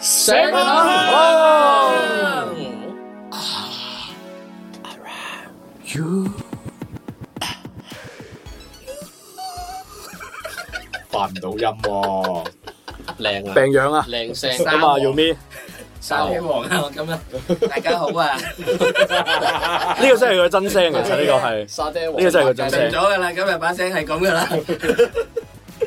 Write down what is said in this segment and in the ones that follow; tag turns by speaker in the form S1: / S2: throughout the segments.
S1: 谁
S2: 能
S1: 忘
S2: 發唔到音喎，
S1: 靚啊，
S3: 病樣啊，
S1: 靚聲，
S3: 咁啊用咩？呢
S1: 沙皇啊，咁啊，
S4: 大家好啊，
S3: 個真係佢真聲嚟，其實呢個係
S2: 沙爹王
S3: 呢個真係佢真
S4: 定
S3: 聲
S4: 咗。噶啦，今日把聲係咁噶啦，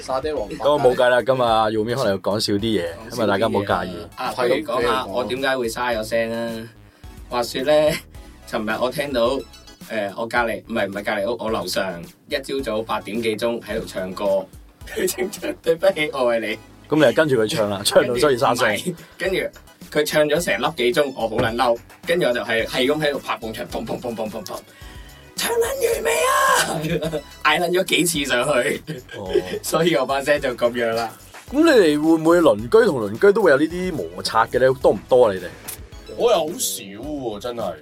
S2: 沙爹王啊
S3: 咁我冇計啦，今日阿 Umi 可能要講少啲嘢，咁啊大家唔好介意。。
S4: 啊，不如講下我點解會嘥咗聲啦。話說咧，尋日我聽到誒、呃我隔離唔係唔係隔離屋，我樓上一朝早八點幾鐘喺度唱歌，佢正唱對不起我愛你，
S3: 咁你係跟住佢唱啦，唱到所以生聲。
S4: 唔係跟住。佢唱咗成粒幾鐘，我好撚嬲，跟住我就係係咁喺度拍埲牆，砰砰砰砰砰砰，唱撚完未 啊？嗌撚咗幾次上去，
S3: 哦，
S4: 所以我把聲就咁樣啦。
S3: 咁你哋會唔會鄰居同鄰居都會有呢啲摩擦嘅咧？多唔多啊？你哋？
S1: 我又好少喎，真係。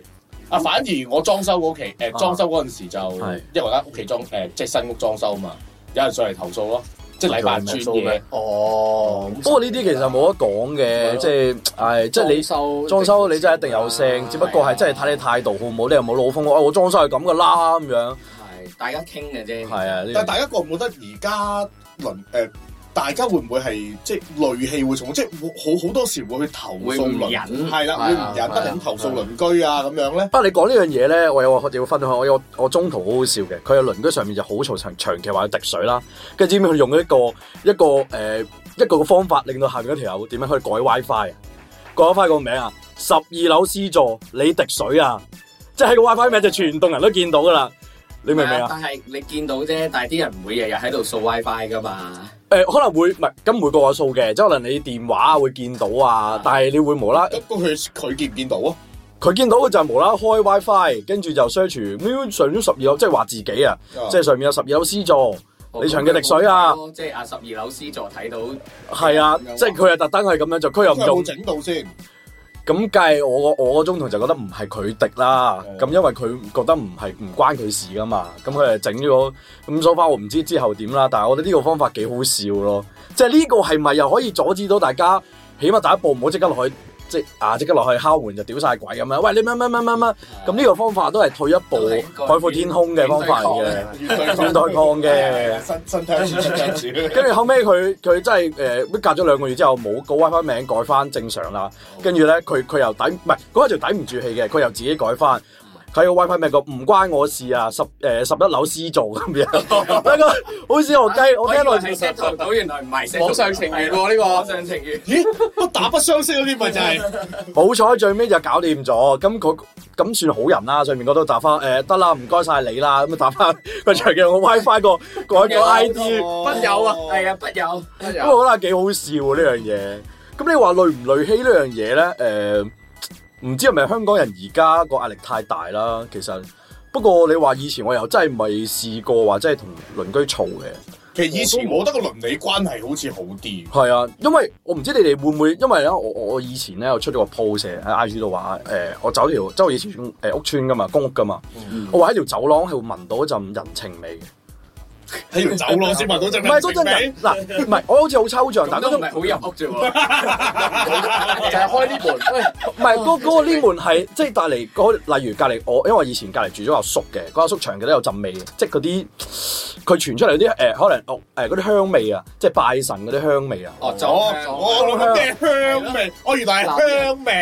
S1: 啊，反而我裝修嗰
S3: 啊
S1: 期，誒裝修嗰陣時就，
S3: 係
S1: 因為我間屋企裝誒即係新屋裝修嘛，有人上嚟投訴咯，即係禮拜專
S3: 投訴咩
S1: 嘢。
S2: 哦，
S3: 不過呢啲其實冇得講
S2: 係咯
S3: 嘅，即係唉，即係你。
S2: 修
S3: 裝修你真係一定有聲，只不過係真係睇你態度好唔好，你又冇老風話，哎我裝修係咁噶啦咁樣，
S4: 係大家傾嘅啫。
S3: 係啊，呢
S5: 但係
S3: 樣
S5: 大家覺唔覺得而家鄰
S1: 呃
S5: 誒大家會唔會係即係戾氣會重，即係好好多時會去投
S4: 會
S5: 訴
S4: 唔
S5: 鄰
S4: 忍
S5: 係啦，
S2: 係啊
S5: 會唔忍
S2: 係
S5: 得
S2: 啊
S5: 咁投訴鄰居啊咁樣咧？
S3: 不過你講呢樣嘢咧，我有我要分享，我有我中途好好笑嘅，佢嘅鄰居上面就好嘈，長長期話佢滴水啦，跟住知唔知佢用一個一個誒、呃一個嘅方法，令到下面嗰條友點樣去改 WiFi 啊？改 WiFi 個名啊，十二樓 C 座你滴水啊，即係喺個 WiFi 名就全棟人都見到噶啦，你明唔明啊？
S4: 但係你見到啫，但係啲人唔會日日喺度掃 WiFi 噶嘛。
S3: 誒、可能會唔係咁每個有數嘅，即係可能你電話會見到啊，但係你會無啦。
S5: 咁佢佢見唔見到啊？
S3: 佢見到嘅就係無啦啦開 WiFi，跟住就 search 喵上咗十二樓，即係話自己啊，即係上面有十二樓 C 座，你長期滴水啊！
S4: 即係啊，十二樓 C 座睇到
S3: 係啊，即係佢係特登係咁樣做，佢又
S5: 有
S3: 唔
S5: 冇
S3: 用，
S5: 整到先？
S3: 咁計我我我嗰中途就覺得唔係佢滴啦，咁因為佢覺得唔係唔關佢事噶嘛，咁佢就整咗，咁所翻我唔知之後點啦，但係我覺得呢個方法幾好笑咯，即係呢個係咪又可以阻止到大家，起碼第一步唔好即刻落去，即係啊即刻落去敲門就屌晒鬼咁樣，喂你乜乜乜乜乜，咁呢個方法都係退一
S4: 啊都係一
S3: 步
S4: 個
S3: 海闊天空嘅方法嚟嘅。
S5: 越對抗
S3: 軟對抗嘅。
S5: 身身體接觸 住。
S3: 跟住後尾佢佢真係誒，乜隔咗兩個月之後冇個 WiFi 名改翻正常啦。跟住咧，佢佢又抵唔係嗰日就抵唔住氣嘅，佢又自己改翻。佢個 WiFi 名個唔關我事啊，十誒十一樓 C 座咁 樣，呢個好似 我雞，我聽
S4: 以為
S3: 落
S4: 係 set 圖到，原來唔係 set
S1: 網上情緣
S4: 喎呢個網上情緣。
S5: 咦，不打不相識嗰啲咪就係
S3: 好彩最尾就搞掂咗，咁佢咁算好人啦。上面嗰度打翻誒得啦，唔該晒你啦，咁啊打翻個長期用個 WiFi 個 改個 ID。
S4: 筆友啊，係啊，筆友。
S3: 咁我覺得幾好笑喎呢樣嘢。咁你話累唔累氣呢樣嘢咧？誒、唔知係咪香港人而家個壓力太大啦？其實不過你話以前我又真係未試過話，真係同鄰居嘈嘅。
S5: 其實以前我覺得個鄰里關係好似好 啲。
S3: 係啊，因為我唔知你哋會唔會，因為咧我我我以前咧我出咗個 post 嘅喺 IG 度話誒，我走條即係我以前誒、屋村噶嘛，公屋噶嘛，我話喺條走廊係會聞到一陣人情味嘅。
S5: 喺條走廊先聞到陣
S3: 唔係嗰陣人嗱，唔係我好似好抽象，但
S4: 咁
S3: 係嗰種
S4: 都唔係好入屋 啫喎，
S1: 就係開呢門，喂，
S3: 唔係嗰嗰個呢門係即係帶嚟嗰，例如隔離我，因為我以前隔離住咗阿叔嘅，嗰阿叔長期都有陣味嘅，即係嗰啲佢傳出嚟嗰啲誒，可能哦誒嗰啲香味啊，即係拜神嗰啲香味啊，
S4: 哦，
S5: 哦，
S4: 走
S5: 我諗咩香味？我原來係香味，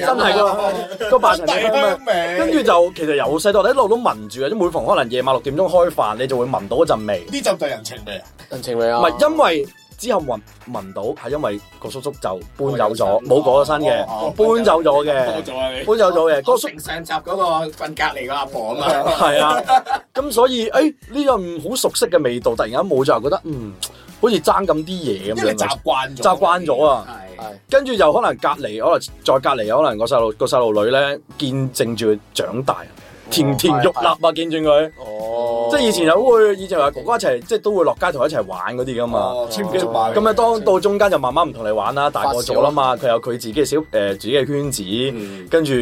S3: 真哦係啊個個拜神嘅
S5: 真係
S3: 香味。
S5: 香味。
S3: 跟住就其實由細到大一路都聞住嘅，即每逢可能夜晚六點鐘開飯，你就會聞到嗰陣味。
S5: 呢就就人情味啊！
S1: 人情味
S3: 唔
S1: 啊，
S3: 係因為之後聞聞到，係因為個叔叔就搬走咗，冇過咗身嘅，
S5: 哦
S3: 搬走咗嘅，
S5: 多咗啊你！
S3: 搬走咗嘅。嗰個
S4: 我
S3: 叔
S4: 成上集嗰個瞓隔離個阿婆啊嘛，
S3: 係啊， 咁所以誒呢個好熟悉嘅味道，突然間冇咗，覺得嗯好似爭咁啲嘢咁
S5: 因為
S3: 樣，
S5: 你習慣咗，
S3: 習慣咗啊！
S4: 係
S3: 跟住就可能隔離，可能再隔離，可能個細路個細路女咧見證住佢長大，啊
S5: 哦
S3: 甜甜欲立啊，見證佢，
S1: 哦
S3: 即係以前又會，以前話哥哥一齊，即係都會落街同佢一齊玩嗰啲噶嘛。
S5: 哦，千唔
S3: 跟住
S5: 足買。
S3: 咁啊，當到中間就慢慢唔同你玩啦，大個咗啦嘛，佢有佢自己嘅小誒、自己嘅圈子，
S4: 嗯
S3: 跟住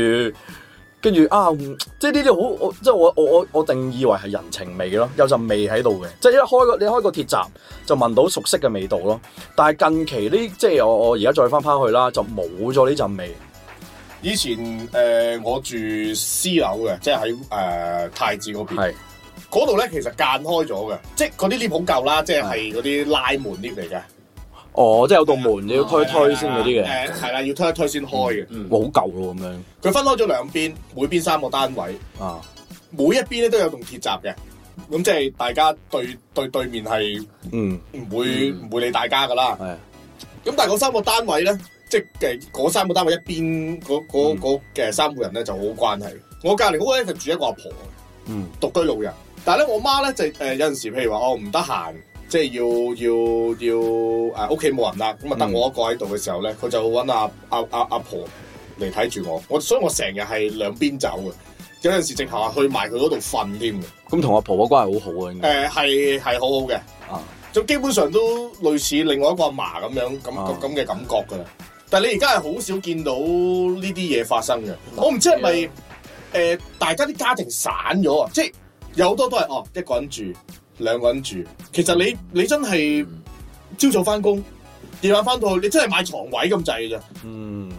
S3: 跟住啊，嗯即係呢啲好，我即係我我我我定義為係人情味咯，有陣味喺度嘅，即係一開個你開個鐵閘就聞到熟悉嘅味道咯。但係近期呢，即係我我而家再翻翻去啦，就冇咗呢陣味。
S1: 以前誒、呃我住私樓嘅，即係喺誒太子嗰邊。
S3: 係
S1: 嗰度咧其實間開咗嘅，即係嗰啲 lift 好舊啦，即係
S3: 啊
S1: 係嗰啲拉門 lift 嚟嘅，
S3: 哦，即係有道門你要推一推先嗰啲嘅，嗯
S1: 誒係啦，要推一推先開嘅。
S3: 哇，好舊咯咁樣
S1: 佢分開咗兩邊，每邊三個單位，
S3: 啊，
S1: 每一邊咧都有棟鐵閘嘅。咁即係大家對對對面係
S3: 嗯，
S1: 唔會唔、會理大家噶啦。
S3: 係啊
S1: 咁但係嗰三個單位咧，即係誒嗰三個單位一邊嗰嗰嗰嘅三個人咧就好關係。我隔離嗰個咧就住一個阿婆嘅。
S3: 嗯
S1: 獨居老人。但係咧，我媽咧就誒、呃有陣時，譬如話我唔得閒，即係要要要誒屋企冇人啦，咁啊得
S3: 嗯
S1: 我一個喺度嘅時候咧，佢就揾阿阿阿阿婆嚟睇住我。我所以我成日係兩邊走嘅。有陣時直頭係去埋佢嗰度瞓添嘅，
S3: 咁同阿婆婆關係好好啊，應該
S1: 誒係係好好嘅，
S3: 啊
S1: 咁基本上都類似另外一個阿嫲咁樣咁
S3: 啊
S1: 咁咁嘅感覺㗎啦。但係你而家係好少見到呢啲嘢發生嘅，我唔知係咪
S3: 嗯
S1: 誒大家啲家庭散咗啊，即係有好多都係哦一個人住，兩個人住。其實你你真係
S3: 嗯
S1: 朝早翻工，夜晚翻到去，你真係買床位咁滯嘅
S3: 嗯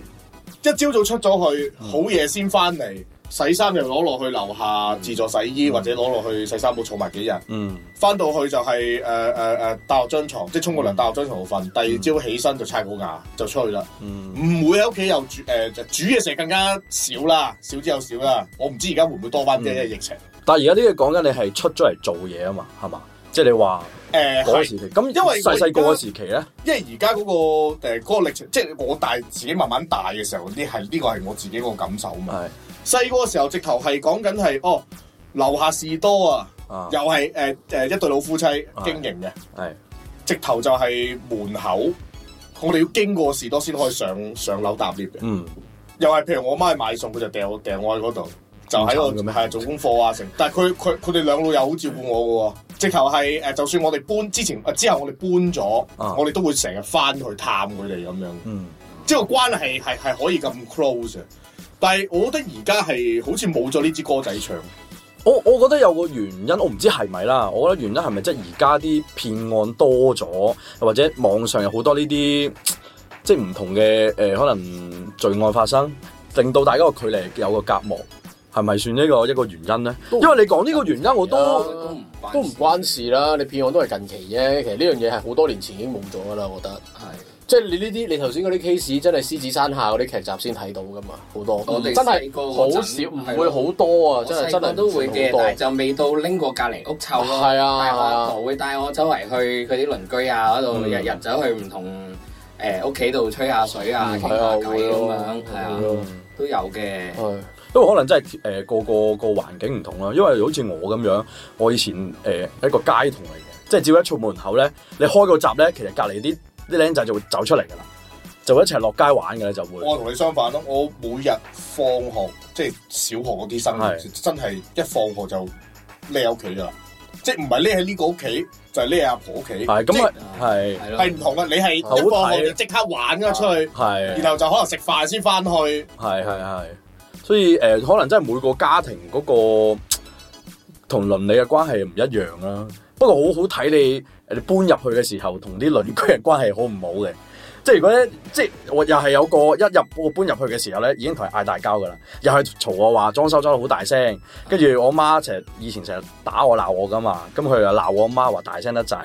S1: 啫。一朝早出咗去，
S3: 嗯
S1: 好夜先翻嚟，洗衫又攞落去樓下自助洗衣，
S3: 嗯
S1: 或者攞落去洗衫鋪儲埋幾日。
S3: 嗯
S1: 翻到去就係誒呃誒誒搭落張床，即係沖個涼搭落張床度瞓。第二朝起身就刷個牙就出去啦，
S3: 嗯，
S1: 唔會喺屋企呃又煮誒、就煮嘢食更加少啦，少之又少啦。我唔知而家會唔會多翻啲，
S3: 嗯
S1: 因為疫情。
S3: 但係而家呢嘢講緊你係出咗嚟做嘢啊嘛，係嘛？即係你話
S1: 誒
S3: 嗰個
S1: 呃係，
S3: 時期，咁
S1: 因為
S3: 細細個嗰時期咧，
S1: 因為而家嗰個誒嗰個歷程，即係我大自己慢慢大嘅時候，呢係呢個係我自己個感受啊嘛。
S3: 係
S1: 細個嘅時候，直頭係講緊係哦，樓下士多啊，
S3: 啊
S1: 又係誒誒一對老夫妻經營嘅，
S3: 係
S1: 直頭就係門口，我哋要經過士多先可以上上樓搭 lift 嘅。
S3: 嗯
S1: 又係譬如我媽去買餸，佢就掉掉我喺嗰度，就喺
S3: 咁慘嘅
S1: 度
S3: 咩
S1: 係做功課啊成。但係佢佢佢哋兩老友好照顧我嘅喎，直頭係誒，就算我哋搬之前，呃之後我哋搬咗，
S3: 啊
S1: 我哋都會成日翻去探佢哋咁樣，
S3: 嗯
S1: 即係個關係係係可以咁 close 嘅。但係我覺得而家係好似冇咗呢支歌仔唱，
S3: 我我覺得有個原因，我唔知係咪啦。我覺得原因係咪即係而家啲騙案多咗，又或者網上有好多呢啲即係唔同嘅誒、呃可能罪案發生，令到大家個距離有個隔膜，係咪算呢個一個原因咧？
S2: 都
S3: 因為你講呢個原因，我都
S4: 都唔
S2: 都唔關事啦，你騙案都係近期啫。其實呢樣嘢係好多年前已經冇咗噶啦，我覺得。
S4: 係
S2: 即係你呢啲，你頭先嗰啲 case 真係獅子山下嗰啲劇集先睇到噶嘛，好多。
S4: 我哋
S2: 真係
S4: 細個
S2: 好
S4: 嗰陣
S2: 少，唔
S4: 係
S2: 會
S4: 咯
S2: 好多啊！
S4: 我
S2: 真
S4: 細
S2: 係
S4: 個
S2: 真係
S4: 都會嘅，但係
S2: 多。
S4: 就未到拎過隔離屋臭咯。
S2: 係啊
S4: 但係我
S2: 係啊
S4: 阿婆會帶我周圍去佢啲鄰居啊嗰度，
S3: 嗯
S4: 日日走去唔同誒屋企度吹下水啊，
S3: 嗯
S4: 傾
S2: 係啊
S4: 下偈
S2: 會
S4: 咁
S2: 咯
S4: 樣，啊係啊
S2: 會咯，
S4: 都有嘅。
S2: 係
S3: 因為可能真係誒、呃、個個個環境唔同啦。因為好似我咁樣，我以前誒、呃一個街童嚟嘅，即係只要一出門口咧，你開個閘咧，其實隔離啲啲僆仔就會走出嚟㗎啦，就會一齊落街玩㗎啦，就會。
S1: 我同你相反咯。我每日放學即係小學嗰啲生活，
S3: 係
S1: 真係一放學就匿喺屋企㗎啦，即係唔係匿喺呢個屋企，就係匿喺阿婆屋企。
S3: 係
S1: 即
S3: 咁啊，係
S4: 係係咯，
S1: 係唔同嘅，你係
S3: 好睇啊
S1: 一放學就即刻玩噶出去，
S3: 係。
S1: 然後就可能食飯先翻去。
S3: 係係係，所以誒、呃可能真係每個家庭嗰、個同鄰里嘅關係唔一樣啦。不過好好睇你你搬入去嘅時候，同啲鄰居嘅關係好唔好嘅。即係如果咧，即係我又係有個一入我搬入去嘅時候咧，已經同人嗌大交噶啦，又係嘈我話裝修裝得好大聲，跟住我媽成日以前成日打我鬧我噶嘛，咁佢又鬧我媽話大聲得滯，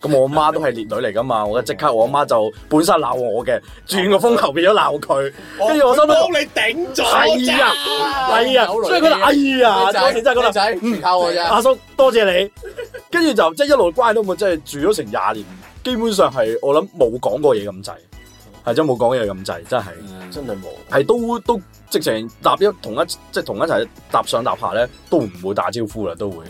S3: 咁我媽都係烈女嚟噶嘛，我即刻我媽就本身鬧我嘅，轉個風球變咗鬧佢，跟住我心諗。
S1: 幫你頂咗
S3: 係啊
S1: 咋，
S3: 係啊，所以佢話哎呀，
S2: 靚仔
S3: 真係覺
S2: 靚
S3: 得嗯
S2: 仔，唔靠我
S4: 嗯
S2: 咋？
S3: 阿叔多謝你，跟住就即係一路關都冇，即係住咗成廿年，基本上係我諗冇講過嘢咁滯，係真冇講嘢咁滯，真係
S4: 嗯
S2: 真係冇。
S3: 係都都直情搭一同一即係同一齊搭上搭下咧，都唔會打招呼啦，都會。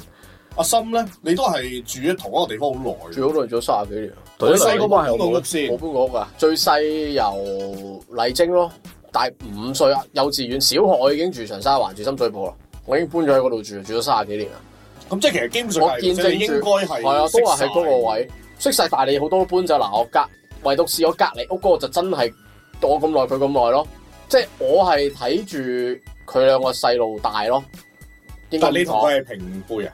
S1: 阿心咧，你都係住喺同一個地方好耐。
S2: 最好耐咗卅幾年，
S1: 你細個搬過屋
S2: 我
S1: 先，
S2: 搬過屋㗎。最細由麗晶咯，大五歲啊幼稚園、小學我已經住長沙灣、住深水埗啦。我已經搬咗喺嗰度住，住咗卅幾年啦。
S1: 咁即係其實基本上
S2: 我
S1: 係
S2: 見
S1: 即係
S2: 證
S1: 你應
S2: 住
S1: 該係
S2: 係啊，都話喺嗰個
S1: 識晒。
S2: 位識晒，但係你好多都搬走。嗱，我隔唯獨是我隔離屋嗰個就真係我咁耐佢咁耐咯，即係我係睇住佢兩個細路大咯。應該
S1: 但你
S2: 咁
S1: 同
S2: 講
S1: 佢係平輩啊？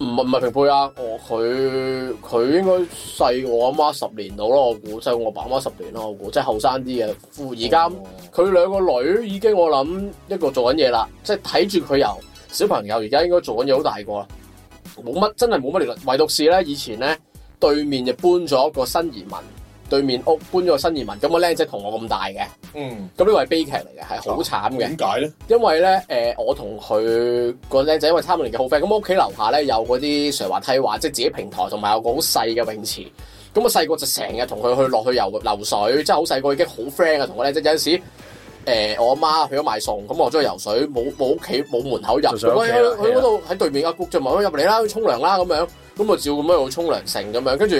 S2: 唔係唔係平輩啊，我佢佢應該細我阿媽十年到咯，我估細我爸媽十年咯，我估即係後生啲嘅。父而
S1: 哦
S2: 家佢兩個女已經我諗一個做緊嘢啦，即係睇住佢由小朋友而家應該做緊嘢好大個啦，冇乜真係冇乜聯絡。唯獨是咧以前咧對面就搬咗個新移民，對面屋搬咗個新移民，咁個僆仔同我咁大嘅，
S1: 嗯，
S2: 咁呢個係悲劇嚟嘅，係好慘嘅。
S1: 點解咧？
S2: 因為咧，誒、我同佢個僆仔，因為三年嘅好 friend，咁我屋企樓下咧有嗰啲斜滑梯滑，即係自己平台，同埋有個好細嘅泳池。咁我細個就成日同佢去落去游游水，即係好細個已經好 friend 啊，同個僆仔有陣時。誒、我阿媽去咗買餸，咁我中意游水，冇冇屋企冇門口入，
S3: 就上屋
S2: 佢
S3: 企啦
S2: 佢嗰度喺對面間谷啫嘛，入嚟啦，去沖涼啦咁樣，咁我照咁樣去沖涼成咁樣，跟住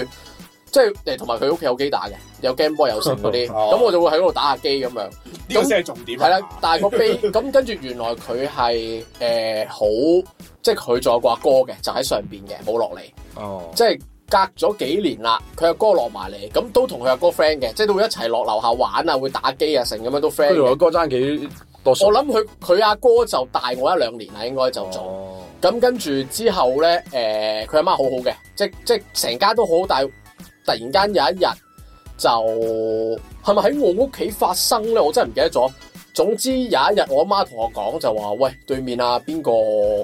S2: 即係誒同埋佢屋企有機打嘅，有 Game Boy 有剩嗰 啲，
S1: 哦
S2: 咁我就會喺嗰度打下機咁樣。
S1: 呢個先係重點
S2: 係
S1: 啊。
S2: 啦，但 係個悲咁跟住原來佢係誒好，即係佢仲有個阿哥嘅，就喺上邊嘅，冇落嚟，
S3: 哦，
S2: 即係隔咗幾年啦，佢阿哥落埋嚟，咁都同佢阿哥 friend 嘅，即係都會一齊落樓下玩啊，會打機啊，成咁樣都
S3: 跟
S2: friend
S3: 住我
S2: 嘅。
S3: 哥爭幾多歲？
S2: 我諗佢佢阿哥就大我一兩年啦，應該就做。
S3: 哦
S2: 咁跟住之後咧，誒佢阿媽好好嘅，即即成家都好，但係突然間有一日就係咪喺我屋企發生咧？我真係唔記得咗。總之有一日我阿媽同我講就話：喂，對面啊邊個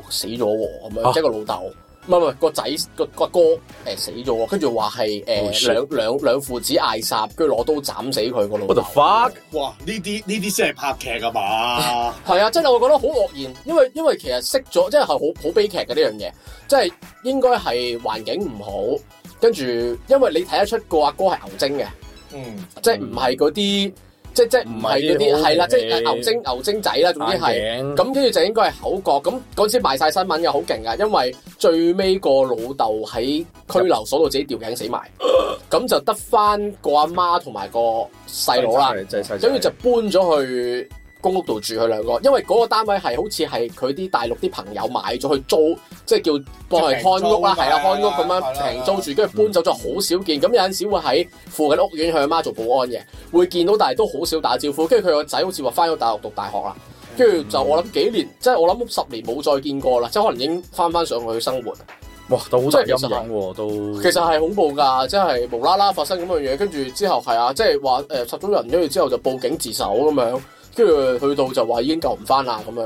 S2: 死咗喎？咁
S3: 啊
S2: 樣即係個老豆，唔係唔係個仔個個哥誒死咗喎，跟住話係
S3: Oh
S2: 誒
S3: shit
S2: 兩兩兩父子嗌殺，跟住攞刀斬死佢個老
S3: ，what
S2: 豆
S3: the。fuck？
S1: 哇！呢啲呢啲先係拍劇啊嘛。
S2: 係啊，真係我覺得好愕然，因為因為其實識咗，即係係好好悲劇嘅呢樣嘢，即係應該係環境唔好，跟住因為你睇得出個阿哥係牛精嘅，
S1: 嗯，
S2: 即係唔係嗰啲，即即係唔係嗰
S3: 唔係啲
S2: 啲
S3: 好
S2: 係啦，
S3: 嘅
S2: 即係牛精牛精仔啦，總之係。
S3: 眼鏡
S2: 咁跟住就應該係口角，咁嗰陣時賣晒新聞嘅，好勁啊噶，因為最尾個老豆喺拘留所度自己吊頸死埋，咁就得翻個阿媽同埋個細佬啦。
S3: 係就係細仔
S2: 跟住就搬咗去公屋度住佢兩個，因為嗰個單位係好似係佢啲大陸啲朋友買咗去租，即係叫幫佢看屋啦，
S1: 即係
S2: 係啦，
S1: 平租
S2: 看屋咁
S1: 係啦係啦
S2: 樣平租住，跟住搬走咗好少見。咁有陣時哎會喺附近屋苑佢阿媽做保安嘅，會見到，但係都好少打招呼。跟住佢個仔好似話翻咗大陸讀大學啦，跟住就我諗幾年，即係我諗十年冇再見過啦，即係可能已經翻翻上去生活。
S3: 哇，都好大陰
S2: 即係其實係
S3: 影喎，都
S2: 其實係恐怖㗎，即係無啦啦發生咁嘅嘢，跟住之後係啊，即係話誒殺咗人，跟住之後就報警自首咁樣，跟住去到就話已經救唔翻啦咁樣，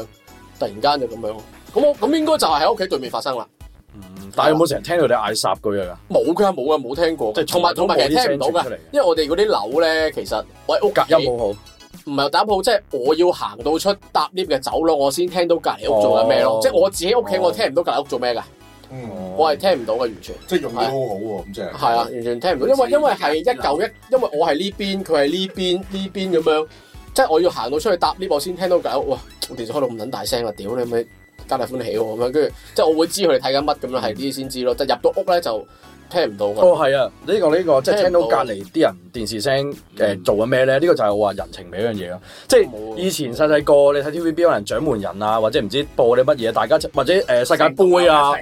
S2: 突然間就咁樣，咁我咁應該就係喺屋企對面發生啦，
S3: 嗯但係有冇成日聽到你嗌霎句啊？
S2: 冇㗎冇㗎冇聽過
S3: 即
S2: 㗎，
S3: 係
S2: 同埋同埋其實聽唔到㗎，
S3: 㗎，
S2: 因為我哋嗰啲樓咧其實喂屋
S3: 隔音
S2: 企
S3: 好好，
S2: 唔係打鋪，即係我要行到出搭 lift 嘅走廊，我先聽到隔離屋做緊咩咯
S3: 哦，
S2: 即係我自己屋企
S3: 哦
S2: 我聽唔到隔離屋做咩㗎，
S1: 嗯，
S2: 我係聽唔到㗎完全。
S1: 即係用得好好喎，咁即係。
S2: 係啊，完全聽唔到，因為因為係一嚿一，因為我係呢邊，佢係呢邊呢邊咁樣，即係我要行到出去搭 lift，我先聽到狗，哇！我電視開到咁撚大聲啊，屌你咪皆大歡喜喎咁樣，跟住即係我會知佢哋睇緊乜咁樣，係啲先知咯。即係入到屋咧就聽唔到㗎，
S3: 哦，係啊，呢個呢個即係聽到隔離啲人電視聲誒
S4: 嗯
S3: 做緊咩咧？呢個就係我話人情味嗰樣嘢咯。即係
S2: 冇啊
S3: 以前細細個你睇 TVB 可能掌門人啊，或者唔知播啲乜嘢，大家或者誒世界盃啊，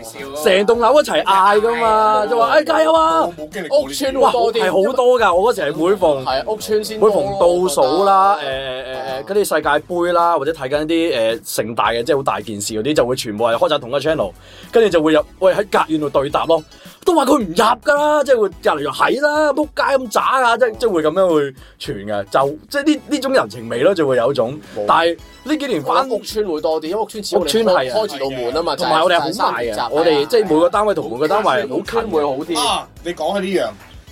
S3: 成棟樓一齊嗌噶嘛，就話誒加油啊！
S1: 我冇經歷過
S2: 屋
S1: 呢啲
S2: 村
S3: 哇，
S2: 會多
S3: 係
S2: 啲，
S3: 好多㗎，我嗰時係每逢。
S2: 係啊屋村先
S3: 每
S2: 多咯，
S3: 逢倒數啦，
S2: 我
S3: 誒
S2: 覺得
S3: 誒誒嗰啲世界盃啦，或者睇緊啲誒盛大嘅，即係好大件事嗰啲，就會全部係開晒同一個 channel，跟住就會入喂喺隔遠度對答咯，都話佢唔入㗎啦，即係會入嚟就係啦，撲街咁渣啊，即係即係會咁樣去傳嘅，就即係呢呢種人情味咯，就會有一種
S2: 冇，
S3: 但係呢幾年
S2: 我
S3: 翻
S2: 覺得屋村會多啲，因為屋村始終
S3: 屋村係
S2: 開
S3: 啊
S2: 開住道門啊嘛，就
S3: 同埋我哋
S2: 就
S3: 好埋
S2: 三
S3: 嘅，
S2: 集啊
S3: 我哋即係每個單位同每個單位
S2: 屋
S3: 好
S2: 村
S3: 近
S2: 會
S3: 嘅，
S2: 好啲。
S1: 啊！你講起呢樣，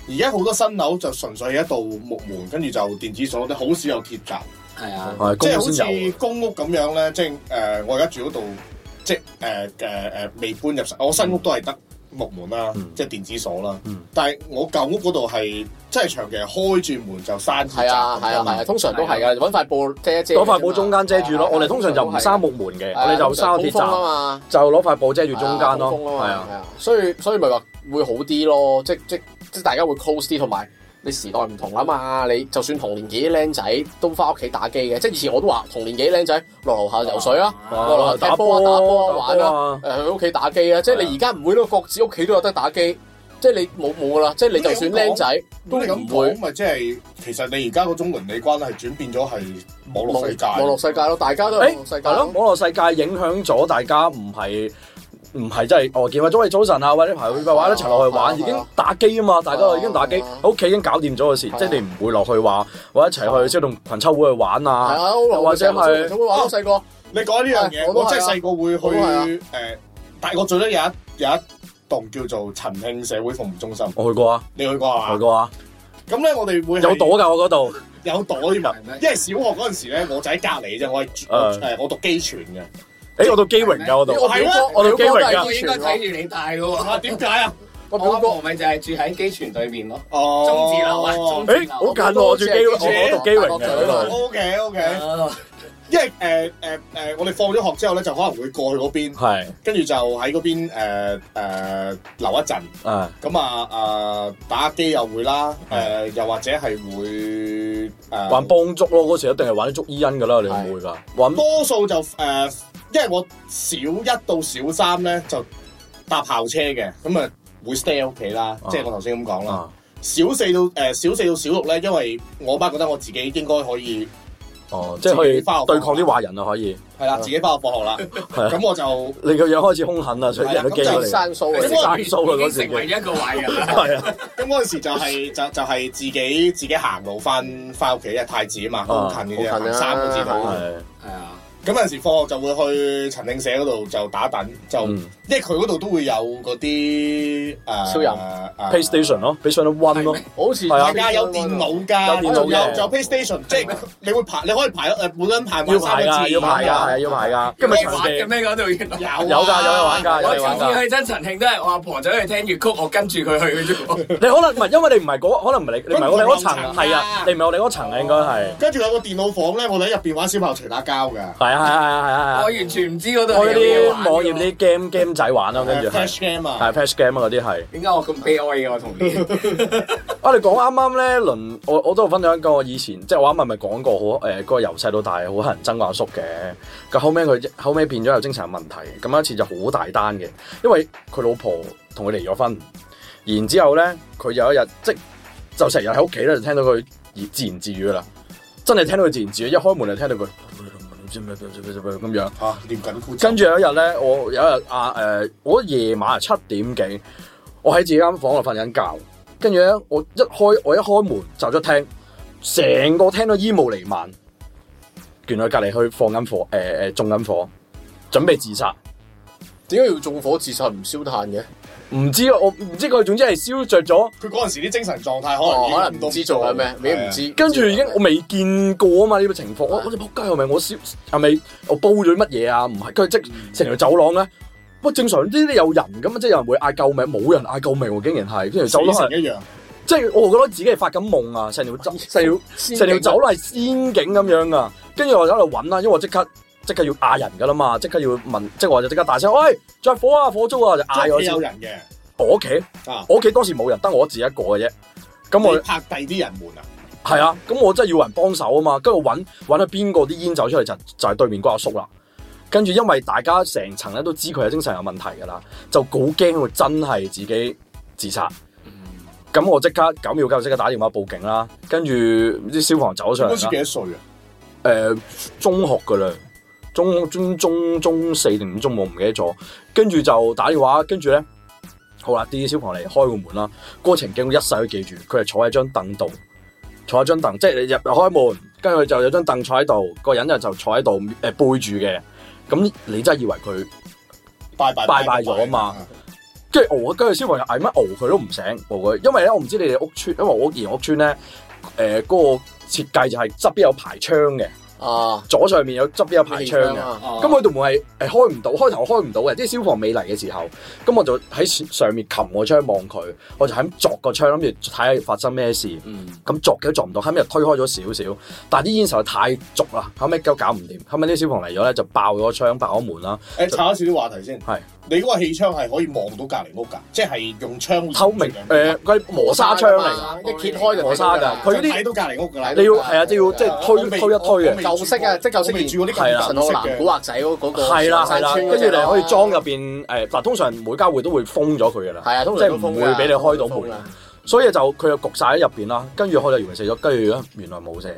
S1: 而家好多新樓就純粹係一道木門，跟住就電子鎖，好少有鐵閘，
S4: 係啊，
S3: 係
S1: 即
S3: 公
S1: 係
S3: 屋
S1: 好
S3: 先有
S1: 似。公屋咁樣咧。即係誒、呃我而家住嗰度，即係誒誒誒，未搬入新我新屋都係得木門啦，
S3: 嗯
S1: 即係電子鎖啦。
S3: 嗯
S1: 但係我舊屋嗰度係真係長期係開住門就閂鐵閘咁樣。
S2: 係啊，係啊，係啊，通常都係噶，揾塊布遮一遮。
S3: 攞塊布中間遮住
S2: 啊
S3: 咯，我哋通常就唔閂木門嘅，
S2: 係啊，
S3: 我哋就閂鐵
S2: 通風
S3: 閘
S2: 啊。嘛，
S3: 就攞塊布遮住中間咯，
S2: 係
S3: 係
S2: 啊，
S3: 啊，
S2: 係啊，所以所以咪話會好啲咯，即即即大家會 close 啲，同埋你時代唔同啦嘛，你就算同年紀啲僆仔都翻屋企打機嘅，即以前我都話同年紀啲僆仔落樓下游水啊，
S3: 哇
S2: 落樓啊下踢波啊、打波啊、玩啊，誒去屋企打機啊，即
S3: 係啊
S2: 你而家唔會咯，各自屋企都有得打機。即係你冇冇噶啦，即係你就算僆仔都
S1: 都
S3: 嗯
S1: 你
S2: 唔
S1: 咁
S2: 會
S1: 講，咪即係其實你而家嗰種鄰里關係轉變咗係網
S2: 網
S1: 絡世界。
S2: 網絡世界咯，大家都係
S3: 誒
S2: 網絡世界
S3: 係咯，
S2: 咯。
S3: 網絡世界影響咗大家唔係唔係真係哦見喂喂早晨啊，或者排會嘅話一齊落去
S2: 係啊
S3: 玩，已經打機啊嘛，大家已經打機
S2: 係啊，
S3: 屋企已經搞掂咗嘅事，
S2: 係啊
S3: 即係你唔會落去話我一齊去即係同群秋會去玩
S2: 係
S3: 啊，
S2: 啊，好耐
S3: 或者係
S2: 佢會玩到細個，
S1: 你講呢樣
S2: 係
S1: 嘢，
S2: 我都係啊
S1: 我真係細個會
S2: 我都係啊
S1: 去誒，但係我最得有一有一棟叫做陳慶社會服務中心，
S3: 我去過啊，
S1: 你去過
S3: 去
S1: 啊？
S3: 過啊，
S1: 咁咧，我哋會係
S3: 有朵㗎我嗰度，
S1: 有朵添啊！
S4: 係咩
S1: 因為小學嗰陣時咧，我就喺隔離啫，我係
S3: 誒
S1: 誒我讀機傳嘅。
S3: 誒我到機榮㗎嗰度
S2: 哦我，表哥
S3: 我
S2: 表
S3: 哋
S2: 哥
S3: 有機
S2: 都
S3: 會㗎
S2: 係
S4: 我
S2: 機
S4: 應該
S2: 傳
S4: 睇
S2: 喎，
S4: 住你大嘅喎。
S1: 啊，點解啊？
S4: 我
S2: 我表
S4: 阿
S2: 哥
S4: 婆咪就係住喺機船對面咯，
S1: 哦，
S4: 中字樓啊，中字
S3: 誒
S4: 樓。
S3: 好近喎，我住機我我讀機榮嘅嗰度。
S1: O K O K，
S4: 啊
S1: 因為誒誒誒，我哋放咗學之後咧，就可能會過去嗰邊，
S3: 係，
S1: 跟住就喺嗰邊誒誒留一陣。
S3: 誒，
S1: 咁啊誒打機又會啦，誒又或者係會誒
S3: 玩幫足咯，嗰時一定係玩啲捉伊因噶啦，你唔會㗎，玩
S1: 多數就誒、呃因為我小一到小三咧就搭校車嘅，咁啊會 stay 喺屋企啦，
S3: 啊
S1: 即係我頭先咁講啦。
S3: 啊，
S1: 小四到誒、呃小四到小六咧，因為我媽覺得我自己應該可以
S3: 哦，即係可以對抗啲壞人啊，可以。
S1: 係啦，自己翻學放學啦，
S3: 啊
S1: 咁我就
S3: 你個樣開始兇狠啦，所以啲人都
S1: 係
S3: 驚
S1: 啦
S3: 你。
S2: 生疏
S3: 你
S2: 嚟
S3: 識生疏啊啦
S4: 已經
S3: 嗰時
S4: 成為
S3: 嘅，
S4: 一個壞人啦。
S3: 係啊，
S1: 咁嗰陣時就係、就就係、自己自己行路翻翻屋企，因為太子啊嘛，好近嘅啫，
S2: 好近啊
S1: 行三個字
S2: 係
S1: 路。
S3: 係，
S4: 係啊，
S1: 咁有陣時放學就會去陳慶社嗰度就打躉，就、
S3: 嗯
S1: 因為佢嗰度都會有嗰啲誒
S2: 超人
S1: 呃
S3: ，PlayStation 咯，俾上到 One 咯，
S2: 好似
S3: 係啊
S1: 大家有電腦㗎，
S3: 有
S1: 有
S3: 電腦嘅
S1: 有 PlayStation，即係你會排，你可以排誒每個人排
S3: 要
S1: 埋三
S3: 排
S1: 個
S3: 㗎，
S1: 字，
S3: 要排㗎，係啊，要排㗎。今日
S4: 你
S3: 場
S4: 玩嘅
S3: 地
S4: 咩嗰度原來？
S1: 啊有
S3: 有㗎，有
S1: 㗎
S3: 嘢玩㗎，有
S4: 我
S3: 嘢玩
S4: 次
S3: 㗎。
S4: 次去真陳慶都係我阿婆走去聽粵曲，我跟住佢去嘅啫 喎。
S3: 你可能唔係，因為你唔係嗰，可能唔係你，你唔係我哋嗰
S1: 佢唔
S3: 層，
S1: 同
S3: 係
S1: 樓
S3: 啊
S1: 層，
S3: 你唔係我哋嗰層啊，應該係。
S1: 跟住有個電腦房咧，我哋喺入邊玩小朋友捶打交㗎，
S3: 係啊，係啊，係啊，
S4: 我
S3: 係啊。
S4: 完全唔知嗰度
S3: 我嗰
S4: 係有嘢玩
S3: 啲
S4: 嘅喎
S3: 網頁啲 game game 仔玩咯，跟住
S1: 誒
S3: 係
S1: Flash Game 啊，
S3: 係 patch game 啊嗰啲係。
S4: 點解我咁悲哀嘅？我同你
S3: 啊！你講啱啱咧，輪我我都有分享過，我以前即係我啱啱咪講過，好誒，嗰、個由細到大好乞人憎個啊阿叔嘅。咁後尾佢後尾變咗有精神問題，咁有一次就好大單嘅，因為佢老婆同佢離咗婚，然之後咧佢有一日即就成日喺屋企咧就聽到佢自言自語噶啦，真係聽到佢自言自語，一開門就聽到佢咁樣。
S1: 嚇練緊箍咒
S3: 跟住有一日咧，我有一日啊誒、呃我夜晚係七點幾，我喺自己間房度瞓緊覺，跟住咧我一開我一開門就咗廳，成個廳都煙霧瀰漫，原來隔離去放緊火誒誒、呃種緊火，準備自殺。
S2: 點解要縱火自殺唔燒炭嘅？
S3: 唔知我唔知佢，總之係燒着咗，
S1: 佢嗰陣時啲精神狀態
S2: 哦，
S1: 可能已
S2: 可
S1: 經
S2: 能唔知做緊咩，你唔
S1: 係啊。
S2: 知。
S3: 哦跟住已經我未見過啊嘛呢、個情況，我
S2: 係
S3: 我哋仆街係咪我燒係咪我煲咗乜嘢啊？唔係，佢即成條走廊咧，喂正常呢啲有人咁嘛，即係有人會嗌救命，冇人嗌救命喎，竟然係，跟住走
S1: 走
S3: 廊
S1: 得
S3: 係
S1: 成一樣，
S3: 即係我覺得自己係發緊夢啊！成 條走成條成
S1: 啊
S3: 條走廊係仙境咁樣啊！跟住我就喺度揾啦，因為我即刻即刻要嗌人噶啦嘛，即刻要問，即係我就即刻大聲喂着火啊火燭啊！就
S1: 即
S3: 嗌
S1: 係
S3: 我
S1: 屋企
S3: 先
S1: 有。人嘅，
S3: 我屋企
S1: 啊
S3: 我屋企當時冇人，得我自己一個嘅啫。咁
S1: 你
S3: 我
S1: 拍第啲人門啊，
S3: 係啊，咁我真係要人幫手啊嘛。跟住我揾揾咗邊個啲煙走出嚟就就係對面嗰阿叔啦。跟住因為大家成層咧都知佢係精神有問題㗎啦，就好驚佢真係自己自殺。咁我即刻九秒九即刻打電話報警啦，跟住啲消防走上
S1: 嗰
S3: 嚟
S1: 時
S3: 啦。
S1: 幾多歲啊？
S3: 誒、呃中學㗎啦，中中中中四定五中我唔記得咗，跟住就打電話，跟住咧好啦，啲消防嚟開個門啦，嗰、個情景我一世都記住，佢係坐喺張凳度，坐喺張凳，即係你入開門，跟住就有張凳坐喺度，個人就就坐喺度誒背住嘅，咁你真係以為佢？
S1: 拜拜
S3: 拜拜咗啊嘛，跟住我跟住消防又嗌乜熬佢都唔醒，熬佢，因為咧我唔知你哋屋村，因為我以前屋村咧，誒、嗰個設計就係側邊有排窗嘅，
S2: 啊，
S3: 左上面有側邊有排窗嘅。
S2: 啊，
S4: 哦
S3: 咁佢道門係誒開唔到，開頭開唔到嘅，即係消防未嚟嘅時候，咁我就喺上面擒個窗望佢，我就喺咁鑿個窗，諗住睇下發生咩事。
S4: 嗯
S3: 咁鑿嘅都鑿唔到，後尾就推開咗少少，但係啲煙實在太足啦，後尾都搞唔掂，後尾啲消防嚟咗咧就爆咗窗、爆咗門啦，
S1: 誒，岔開少啲話題先。
S3: 係
S1: 你嗰個氣槍係可以望到隔離屋㗎，即係用窗
S3: 透明
S1: 連住
S3: 誒佢係磨砂窗嚟㗎，
S2: 啊一揭開就
S3: 磨砂㗎，
S1: 佢
S3: 佢
S1: 啲
S3: 啲
S1: 睇到隔離屋㗎啦。啊
S3: 你要係啊，即係要即係推推一推嘅，
S2: 救舊式啊，即係舊式
S1: 我未住過啲
S3: 係
S1: 咁
S3: 啦
S2: 陳
S1: 神
S2: 浩
S1: 式
S2: 南
S1: 嘅
S2: 古。惑仔嗰嗰個
S3: 係啦係
S2: 上
S3: 啦，
S2: 山
S3: 跟住
S2: 村嗰
S3: 你
S2: 隻咯
S3: 可以裝入邊誒嗱，通常每家會都會封咗佢嘅啦，
S2: 係啊，通
S3: 即
S2: 常
S3: 係
S2: 都
S3: 唔
S2: 封
S3: 會
S2: 㗎
S3: 俾你開到
S2: 都封
S3: 門
S2: 㗎。
S3: 所以就佢就焗晒喺入邊啦。跟住開就原來死咗，跟住原來冇射，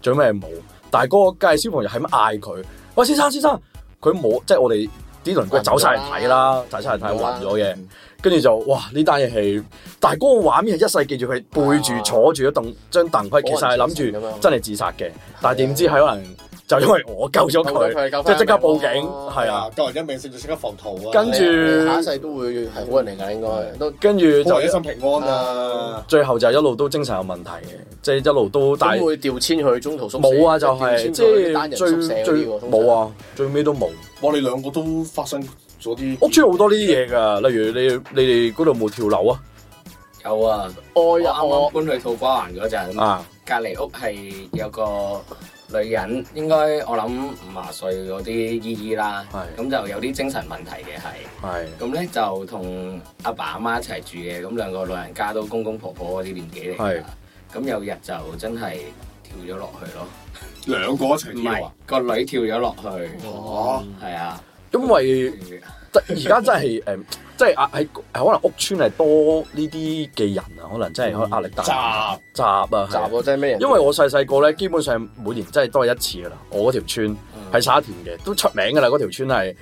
S3: 最尾係冇。但係嗰個街消防員係咁嗌佢：喂，先生先生！佢冇，即係我哋啲鄰居走晒嚟睇
S2: 嗯
S3: 啦，走晒嚟睇暈咗嘅。跟住就哇呢單嘢係，但係嗰個畫面係一世記住佢背住
S2: 啊
S3: 坐住咗凳張凳，佢其實係諗住
S2: 冇人自殺咁樣
S3: 真係自殺嘅，但係點知係可能就因為我救咗佢。
S2: 救
S3: 即
S2: 返
S3: 係即刻
S2: 佢
S3: 報
S2: 咯
S3: 警，係啊，
S1: 啊！救人一命勝造七級浮屠啊！
S3: 跟住
S2: 你下一世都會係好人嚟㗎，應該都
S3: 跟住
S1: 就
S3: 就
S1: 一心平安啊！
S3: 最後就一路都精神有問題嘅，即係一路都但
S2: 咁
S3: 係
S2: 會調遷去中途宿舍。
S3: 冇啊，就
S2: 調
S3: 係
S2: 遷
S3: 即
S2: 去單
S3: 係
S2: 人宿
S3: 最
S2: 舍嗰
S3: 最
S2: 啲喎通常
S3: 冇啊，最尾都冇。
S1: 我哋兩個都發生咗啲
S3: 屋村好多呢啲嘢㗎，例如你你哋嗰度冇跳樓啊
S4: 有啊，
S2: 我
S4: 我
S2: 有
S4: 啱
S2: 我
S4: 啱搬去土瓜灣嗰陣，
S3: 啊
S4: 隔離屋係有個女人，應該我諗五啊歲嗰啲姨姨啦，
S3: 係
S4: 咁就有啲精神問題嘅係。
S3: 係
S4: 咁咧就同阿爸阿媽一齊住嘅，咁兩個老人家都公公婆婆嗰啲年紀嚟㗎
S3: 係
S4: 啦。咁有日就真係跳咗落去咯，
S1: 兩個一齊
S4: 唔
S1: 跳
S4: 係
S1: 啊！
S4: 個女跳咗落去，
S1: 哦，
S4: 係啊，
S3: 因為而家真 係誒，即係啊喺可能屋村係多呢啲嘅人啊，可能真係壓力大
S1: 雜
S3: 雜啊係啊
S2: 集。我真係咩人？
S3: 因為我細細個咧，基本上每年真係都係一次噶啦。我嗰條村喺沙田嘅，都出名噶啦。嗰條村係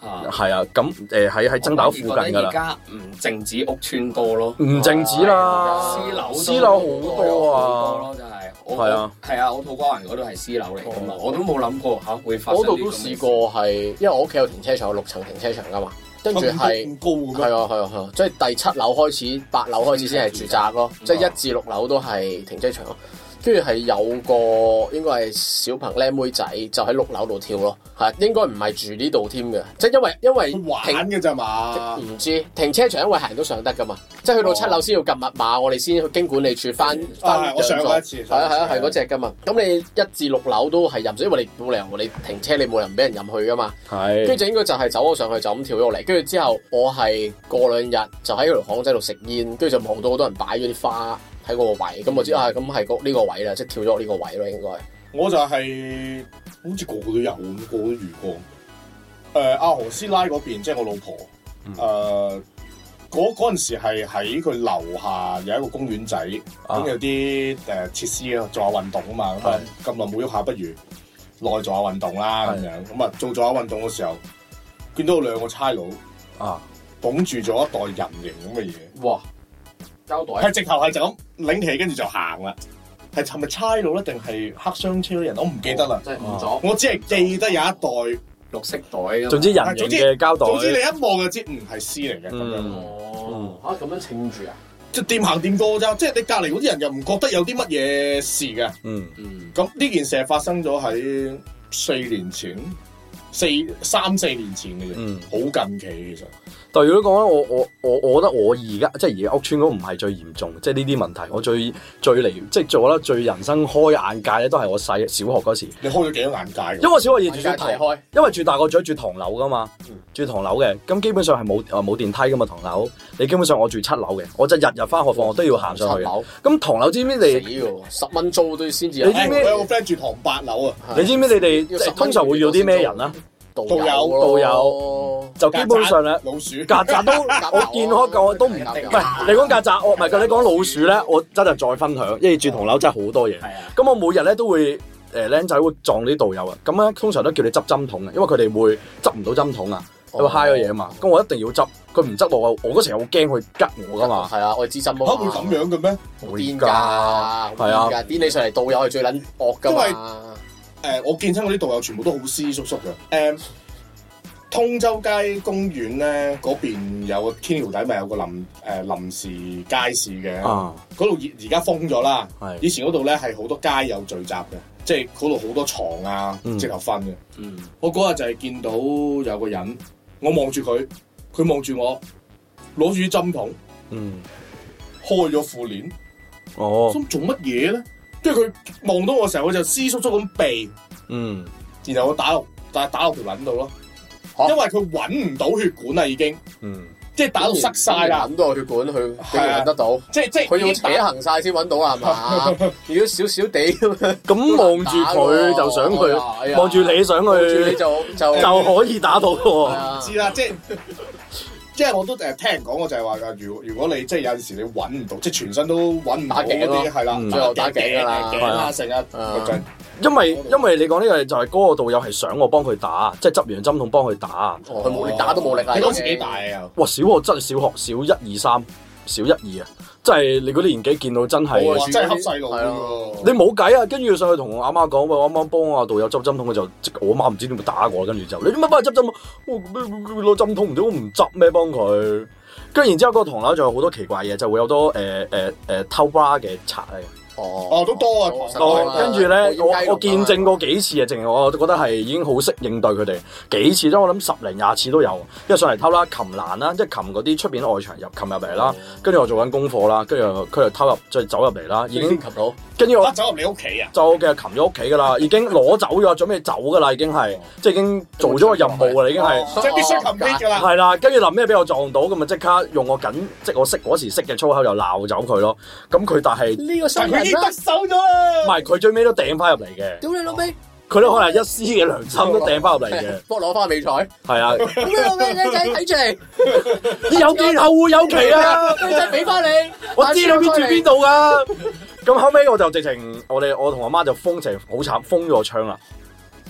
S1: 哦
S4: 啊，
S3: 係嗯啊，咁誒喺喺爭打附
S4: 我反而
S3: 近
S4: 覺
S3: 噶
S4: 得
S3: 啦
S4: 而。家唔淨止屋村多咯，
S3: 唔淨止啦，
S4: 私樓都
S3: 私樓好多
S4: 好多
S3: 啊，
S4: 咯，真係我
S3: 係啊哦
S4: 係啊，我土瓜灣嗰度係私樓嚟㗎嘛，我都冇諗過嚇會發生
S2: 嗰
S4: 呢
S2: 度
S4: 啲
S2: 都
S4: 咁嘅
S2: 試
S4: 事。
S2: 過係，因為我屋企有停車場，有六層停車場噶嘛，跟住係。
S1: 咁高嘅
S2: 係
S1: 咩？
S2: 啊係啊係啊，即係第七樓開始，八樓開始先係住宅咯，
S1: 嗯
S2: 即係一至六樓都係停車場咯。跟住係有個應該係小朋僆妹仔就喺六樓度跳咯，係應該唔係住呢度添嘅，即係因為因為
S1: 佢
S2: 停
S1: 玩啊嘅咋嘛？
S2: 唔知停車場因為行人都上得噶嘛，即係去到七樓先要撳密碼，我哋先去經管理處翻
S1: 啊
S2: 翻
S1: 我上過一次
S2: 係啊係啊
S1: 上過
S2: 係
S1: 一次
S2: 嗰只噶嘛，咁你一至六樓都係任水，因為你冇理由你停車你冇理由唔俾人任去噶嘛。跟
S3: 係
S2: 住就應該就係走咗上去就咁跳咗落嚟，跟住之後我係過兩日就喺嗰條巷仔度食煙，跟住就望到好多人擺咗啲花喺嗰個位，咁我知啊，咁係個呢個位啦，即係跳咗落呢個位咯，應該
S1: 我就係好似個個都有咁，個個都遇過。誒阿何師奶嗰邊，即係我老婆。誒嗰嗰陣時係喺佢樓下有一個公園仔。
S3: 啊
S1: 咁有啲誒設施啊，做下運動啊嘛，咁啊咁耐冇喐下，不如落去做下運動啦咁
S3: 係
S1: 樣。咁啊做做下運動嘅時候，見到有兩個差佬
S3: 啊，
S1: 綁住咗一袋人形咁嘅嘢，
S2: 哇，
S4: 交代
S1: 係直頭係就咁拎起，跟住就行啦。係係咪差佬咧，定係黑箱車嗰啲人？我唔記得啦，
S4: 即係唔咗
S1: 我只係記得有一袋。
S4: 綠色袋㗎嘛。
S3: 總之人形嘅膠
S1: 總之你
S3: 袋，
S1: 一望就知，嗯係絲嚟嘅咁樣。
S3: 嗯，
S2: 哦，啊咁樣稱住啊，
S1: 即係掂行掂過咋，即係你隔離嗰啲人又唔覺得有啲乜嘢事嘅。
S3: 嗯，
S4: 嗯
S1: 咁呢件事係發生咗喺四年前，四三四年前嘅啫，
S3: 嗯
S1: 好近期其實。
S3: 但如果講咧，我我我我覺得我而家即係而家屋村嗰個唔係最嚴重，即係呢啲問題，我最最嚟即係做得最人生開眼界咧，都係我細小學嗰時，
S1: 你開咗幾多眼界㗎？
S3: 因為我小學要住
S2: 眼
S3: 咗
S2: 界
S3: 唐
S2: 大啊開，
S3: 因為住大個咗住唐樓噶嘛
S2: 嗯，
S3: 住唐樓嘅，咁基本上係冇誒冇電梯噶嘛唐樓，你基本上我住七樓嘅，我就日日翻學放學都要行上去
S2: 七
S3: 嘅。
S2: 樓
S3: 咁唐樓知唔知
S2: 死
S3: 你？
S2: 喎，十蚊租都先至
S3: 你
S2: 有
S3: 知
S1: 誒
S3: 唔知
S1: 哎我有個 friend 住唐八樓啊，
S3: 你知唔知你哋
S2: 要
S3: 即
S2: 十
S3: 係
S2: 蚊
S3: 通常會遇到啲咩人啊啦？
S2: 導
S1: 導遊
S2: 咯
S3: 導遊就基本 上咧，
S1: 老鼠。
S3: 曱甴都
S2: 曱甴
S3: 我見開個我都唔唔
S2: 一定
S3: 係
S2: 有
S3: 你講曱甴，我唔係你講老鼠咧，我真係再分享，因為住唐樓真係好多嘢。
S4: 係啊，
S3: 咁我每日咧都會誒僆仔會撞啲導遊啊，咁咧通常都叫你執針筒嘅，因為佢哋會執唔到針筒啊，佢
S2: 哦
S3: 會揩咗嘢啊嘛。咁我一定要執，佢唔執我，我嗰時好驚佢吉我噶嘛。
S2: 係啊，我知針
S1: 嚇
S2: 啊
S1: 會
S2: 嘛，
S1: 咁樣嘅咩？
S2: 好
S3: 會
S2: 癲㗎，
S3: 㗎
S2: 係啊，
S3: 係啊
S2: 癲你上嚟導遊係最撚惡㗎嘛，
S1: 誒，呃我見親嗰啲導遊全部都好斯斯縮縮嘅。誒，通州街公園咧嗰邊有個天橋底，咪有個臨誒臨時街市嘅。
S3: 啊，
S1: 嗰度而而家封咗啦。
S3: 係
S1: 以前嗰度咧係好多街友聚集嘅，即係嗰度好多床啊，
S3: 嗯
S1: 直頭瞓嘅。
S4: 嗯，
S1: 我嗰日就係見到有個人，我望住佢，佢望住我，攞住啲針筒，
S3: 嗯，
S1: 開咗褲鏈，
S3: 哦，
S1: 心做乜嘢咧？跟住佢望到我嘅時候，佢就斯縮縮咁
S3: 嗯，
S1: 避，然後我打落，但係打落條撚度咯，
S2: 嚇
S1: 因為佢揾唔到血管啦已經，
S3: 嗯，
S1: 即係打到塞晒啦，
S2: 揾到血管，佢佢揾得到，
S1: 即係即係
S2: 嗯佢要
S1: 已經打
S2: 扯啊行晒先揾到 啦，係嘛？如果少少地咁樣
S3: 咁望住佢就想去，
S2: 哎呀
S3: 望住你想
S2: 望住你
S3: 去，
S2: 就就
S3: 就可以打到喎。
S2: 係啊
S1: 知啦，即係 即係我都誒聽人講過就係話，如果如果你即係有陣時你揾唔到，即係全身都揾唔到
S2: 打頸
S1: 嗰
S2: 咯
S1: 啲係啦
S3: 嗯，
S2: 最後打頸㗎啦
S1: 頸啦，成日
S2: 啊
S1: 就係
S3: 因為因為你講呢個就係嗰個導遊係想我幫佢打，即係執完針筒幫佢打。
S2: 哦佢冇力打都冇力啦，
S1: 你
S2: 講
S1: 嗰時幾大啊？
S3: 哇！小學真係小學小一二三，小一二啊，即係你嗰啲年紀見到真
S2: 冇
S3: 係
S2: 啊
S1: 哇！真係恰細路
S2: 係啊
S1: 㗎
S3: 你
S1: 喎，
S3: 冇計啊！跟住上去同我阿媽講，喂，我啱啱幫我阿導友執針筒，佢就即我媽唔知點會打我，跟住就你做乜幫佢執針筒？我攞針筒唔知我唔執咩幫佢。跟住然之後，嗰個唐樓仲有好多奇怪嘢，就會有好多誒誒誒偷 bra 嘅賊嚟。
S2: 哦
S1: 哦都多啊
S2: 實
S1: 多
S2: 在
S1: 啊
S2: 啦
S3: 跟住咧，我
S2: 要雞肉
S3: 我見證
S2: 啊
S3: 過幾次啊，淨係我覺得係已經好識應對佢哋幾次，都我諗十零廿次都有。因為上嚟偷啦，擒欄啦，即係擒嗰啲出邊外牆入擒入嚟
S1: 哦
S3: 啦。跟住我做緊功課啦，跟住佢就偷入，即係走入嚟啦。已
S2: 已經
S3: 經
S2: 及到，
S3: 跟住我
S1: 啊走入你屋企啊！
S3: 就嘅擒咗屋企 噶啦，已經攞走咗，準備走噶啦，已經係即係已經做咗個任務噶啦，已經係。
S1: 哦即係必須 complete 㗎啦。
S3: 係啦，跟住臨尾俾我撞到，咁咪即刻用我緊，即係我識嗰時識嘅粗口就鬧走佢咯。咁佢但係
S2: 呢個
S1: 但
S2: 新
S1: 係佢已
S2: 人
S1: 經
S2: 啦
S1: 得，手咗啦
S3: 唔。係佢最尾都掟翻入嚟嘅，
S2: 屌你老味，
S3: 佢都可能一絲嘅良心都掟翻入嚟 嘅，
S2: 幫攞翻美彩，
S3: 係啊，
S2: 屌你老味，靚仔睇住嚟。
S3: 有幾後會有期 啊！
S2: 女仔俾翻你，
S3: 我知道邊住邊度噶。 咁後尾我就直情，我哋我同我媽就封成好慘，封咗個窗啦，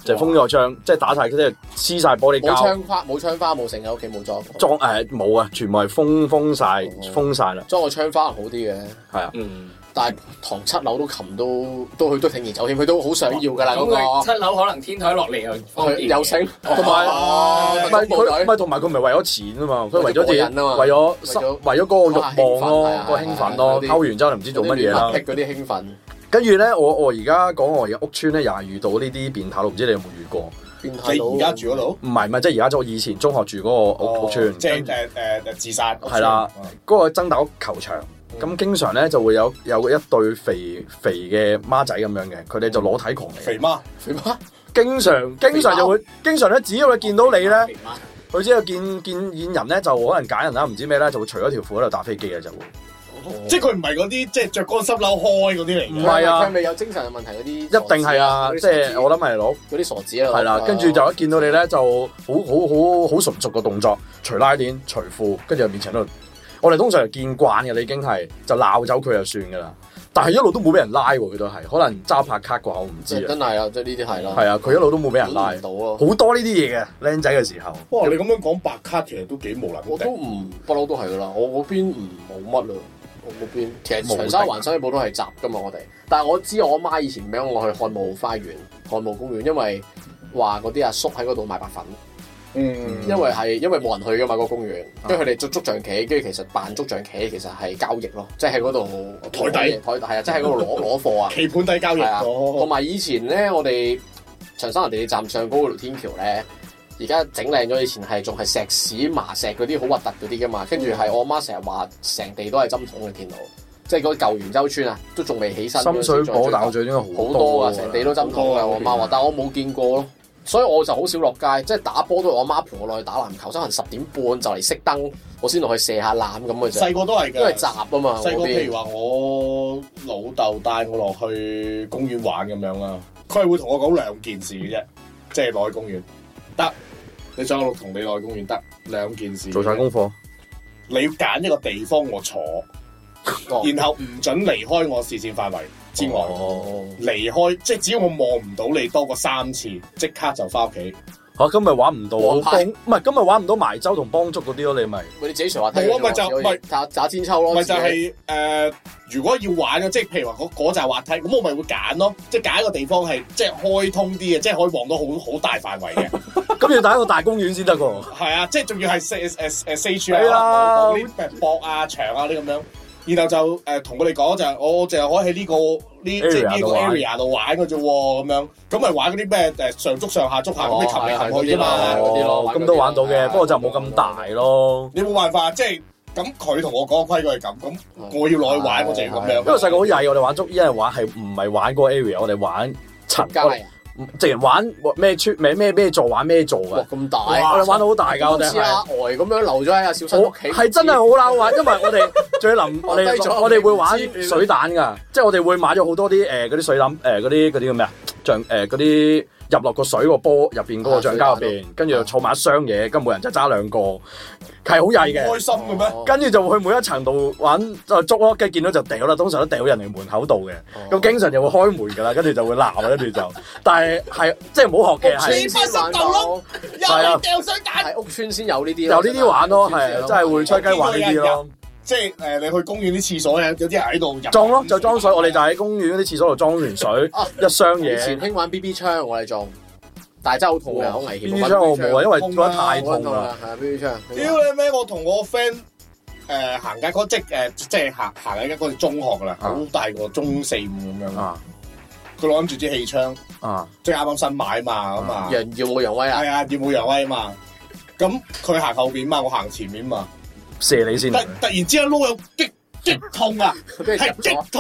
S3: 就封咗個窗，即係打晒，即係黐晒玻璃
S2: 冇
S3: 膠，
S2: 窗花，冇窗花，冇剩嘅屋企冇裝，
S3: 裝誒冇啊，全部係封封晒，封晒啦，
S2: 裝個窗花好啲嘅。
S3: 係啊。
S4: 嗯，
S2: 但係堂七樓都擒都都佢都鋌而走險，佢都好想要噶啦
S4: 咁
S2: 嗰
S4: 佢
S2: 個，
S4: 七樓可能天台落嚟又方
S2: 佢
S4: 便嘅，
S2: 有繩同埋
S3: 哦唔係
S2: 特工部
S3: 佢，
S2: 隊
S3: 唔係同埋佢唔係為咗錢啊嘛，佢為咗自己，
S2: 為咗個人啊嘛
S3: 為咗
S2: 為咗
S3: 為咗嗰個慾望
S2: 嗰
S3: 咯
S2: 個興奮係啊，
S3: 個興奮咯，
S2: 係啊
S3: 溝完之後就唔知做乜嘢啊啦
S2: 嗰啲。亂匹嗰啲興奮
S3: 跟住咧，我我而家講我而家屋村咧，又係遇到呢啲變態佬，唔知你有冇遇過？唔
S2: 變態佬。
S1: 你而家住嗰度？
S3: 係唔係，即係而家即係我以前中學住嗰個屋屋村，
S1: 哦即係誒誒誒自殺哦
S3: 係啦，嗯嗰個爭鬥球場。
S1: 嗯
S3: 咁經常咧就會有有一對肥肥嘅孖仔咁樣嘅，佢哋就裸體狂
S1: 肥
S3: 嚟。
S1: 媽
S2: 肥媽
S3: 經常經常就會經常咧，只要佢見到你咧，佢只要見見見人咧，就可能揀人啦，唔知咩咧，就會除咗條褲喺度打飛機嘅就會。
S1: 哦
S2: 嗯
S1: 即係佢唔係嗰啲即係着乾濕褸開嗰啲嚟
S3: 哦唔
S1: 嘅，
S3: 係啊
S2: 佢係咪有精神問題嗰啲？一
S3: 一定係啊，即係我諗係攞
S2: 嗰啲傻子啊啦。
S3: 係啦，跟住就一見到你咧，就好好好好純熟嘅動作，除拉鏈、除褲，跟住喺面前度。我哋通常係見慣嘅，你已經係就鬧走佢就算噶啦。但係一路都冇俾人拉喎，佢都係可能揸拍卡啩，我唔知
S2: 即係
S3: 啊。
S2: 真係啊，即係呢啲係啦。
S3: 係啊，佢一路都冇俾人
S2: 管
S3: 拉，
S2: 唔到啊咯。
S3: 好多呢啲嘢嘅，僆仔嘅時候。
S1: 哇！你咁樣講白卡其實都幾無能
S2: 我都
S1: 頂。
S2: 唔不嬲都係噶啦，我嗰邊唔冇乜啦，我嗰邊其實
S3: 冇
S2: 長沙
S3: 地
S2: 環西部都係集噶嘛，我哋。但係我知我媽以前俾我去漢武花園、漢武公園，因為話嗰啲阿叔喺嗰度賣白粉，
S1: 嗯啊
S2: 因為係因為冇人去噶嘛、個公園，跟住佢哋捉捉象棋，跟住其實扮捉象棋其實係交易咯，即係喺嗰度
S1: 台底
S2: 台底係啊，即係喺嗰度攞 攞貨啊。
S1: 棋盤底交易
S2: 係啊同
S1: 哦，
S2: 埋以前咧，我哋長沙灣地鐵站上高嗰條天橋咧，而家整靚咗，以前係仲係石屎麻石嗰啲好核突嗰啲噶嘛，跟
S1: 嗯
S2: 住係我媽成日話成地都係針筒嘅電腦，即係嗰舊元洲村啊，都仲未起身嗰陣
S3: 深
S2: 時。
S3: 水
S2: 仲有
S3: 埗大學
S2: 好
S3: 最應該好
S2: 多
S3: 多
S2: 啊，成地都針筒
S1: 好多
S2: 啊，
S1: 啊
S2: 我媽話，但我冇見過咯。所以我就好少落街，即係打波都係我媽陪我落去打籃球，可能十點半就嚟熄燈，我先落去射下籃咁嘅啫，
S1: 細個都係
S2: 因為
S1: 嘅。
S2: 閘啊嘛。
S1: 細個
S2: 我嗰邊
S1: 譬如話我老豆帶我落去公園玩咁樣啦，佢係會同我講兩件事嘅啫，即係落去公園得，你想我同你落去公園得兩件事。
S3: 做晒，功課，
S1: 你要揀一個地方我坐，
S2: 哦
S1: 然後唔准離開我視線範圍之外。
S3: 哦，
S1: 離開，即係只要我望唔到你多過三次，即刻就翻屋企。
S3: 嚇今日玩唔到
S2: 王
S3: 啊，
S2: 牌
S3: 幫唔係今日玩唔到埋州同幫竹嗰啲咯，你 咪
S2: 喂你自己成日話睇
S1: 冇啊咪就
S2: 我自己
S1: 咪
S2: 打打千秋咯，
S1: 咪就
S2: 自己
S1: 係、呃如果要玩嘅，即係譬如話嗰嗰扎滑梯，咁我咪會揀咯，即係揀一個地方係即係開通啲嘅，即係可以望到好好大範圍嘅。
S3: 咁要打一個大公園先得喎。
S1: 係啊，即係仲要係四誒誒四處
S3: 係啊
S1: 啊，望啲誒博啊、牆啊啲咁樣。然後就誒同佢哋講就係我淨係可以喺呢個呢即係呢個
S3: Area
S1: area 度玩嘅啫喎，咁樣咁咪玩嗰啲咩誒上足上下足下咁你擒嚟擒去啫
S2: 啊
S1: 嘛。
S2: 嗰啲咯
S3: 哦咁都玩到嘅，不過就冇咁大咯。
S1: 你冇辦法，即係咁佢同我講嘅規矩係咁，咁
S3: 哦
S1: 我要落去
S3: 啊
S1: 玩，我就要咁樣。
S3: 因為細個好曳，我哋玩捉，一係玩係唔係玩嗰個 area，我哋玩層，
S2: 街啊，
S3: 直人玩咩村咩咩咩座玩咩座
S2: 哇
S3: 嘅，
S2: 咁大，
S3: 哇我哋玩到好大㗎，我哋
S2: 好似
S3: 係。
S2: 阿呆啊咁樣留咗喺阿小新
S3: 我
S2: 屋企，哦
S3: 係真啊係好撈玩，因為我 哋最臨我
S2: 我低咗
S3: 哋我哋會玩
S2: 唔知
S3: 水蛋㗎，即係我哋會買咗好多啲呃誒嗰啲水膽誒嗰啲嗰啲叫咩啊？橡誒嗰啲入落個水個波入邊嗰
S2: 啊
S3: 個橡膠入邊，跟住就儲埋一箱嘢，跟住每人就揸兩個，係好曳嘅。
S1: 開心嘅咩？
S2: 哦
S3: 跟住就會去每一層度玩就捉咯，跟住見到就掉啦，通常都掉人哋門口度嘅，
S2: 哦
S3: 咁、經常就會開門噶啦，跟住就會鬧啦，跟住就，但係係即係唔好學嘅，係
S2: 屋村先玩到，
S3: 係啊，
S2: 喺屋村先有呢啲
S3: 有
S2: 咯，
S3: 呢啲玩咯，
S2: 真
S3: 係真係會出街玩呢啲咯，
S1: 即係誒，你去公園啲廁所咧，有啲人喺度入
S3: 裝咯就裝水，我哋就喺公園嗰啲廁所度裝完水
S2: 啊
S3: 一箱
S2: 以前
S3: 嘢，
S2: 興玩 BB 槍，我哋仲，但係真係好痛嘅，好危險。
S3: 邊啲箱我冇啊，因為覺得太
S2: 玩 BB 槍
S3: 痛啦，，
S2: 係啊 BB 槍。
S1: 屌你咩！我同我 friend 誒行街嗰即誒即係行行緊嗰陣中學㗎啦，
S3: 啊
S1: 好大個中四五咁樣，
S3: 啊
S1: 佢攞住支氣槍，
S3: 啊
S1: 即係啱啱新買嘛咁啊，
S2: 楊耀冇楊威啊，
S1: 係啊，耀武揚威嘛。咁佢行後邊嘛，我行前面嘛，
S3: 射你先啊
S1: 突，突然之間撈有激激痛啊！
S2: 跟住入
S1: 係激
S2: 咗，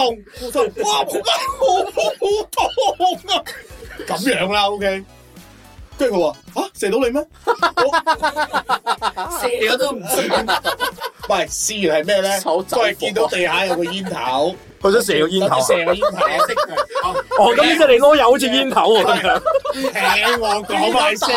S1: 痛，哇！仆街，好好痛啊！咁樣啦，OK。跟住佢話：啊嚇射到你咩？
S4: 射咗都唔 知，
S1: 喂，試完係咩咧？
S2: 手
S1: 都
S2: 走
S1: 係見到地下有個煙頭，
S3: 佢想射個煙頭啊，
S1: 射個煙頭，
S3: 哦咁呢隻你攞油好似煙頭喎咁樣，
S1: 聽我講埋聲。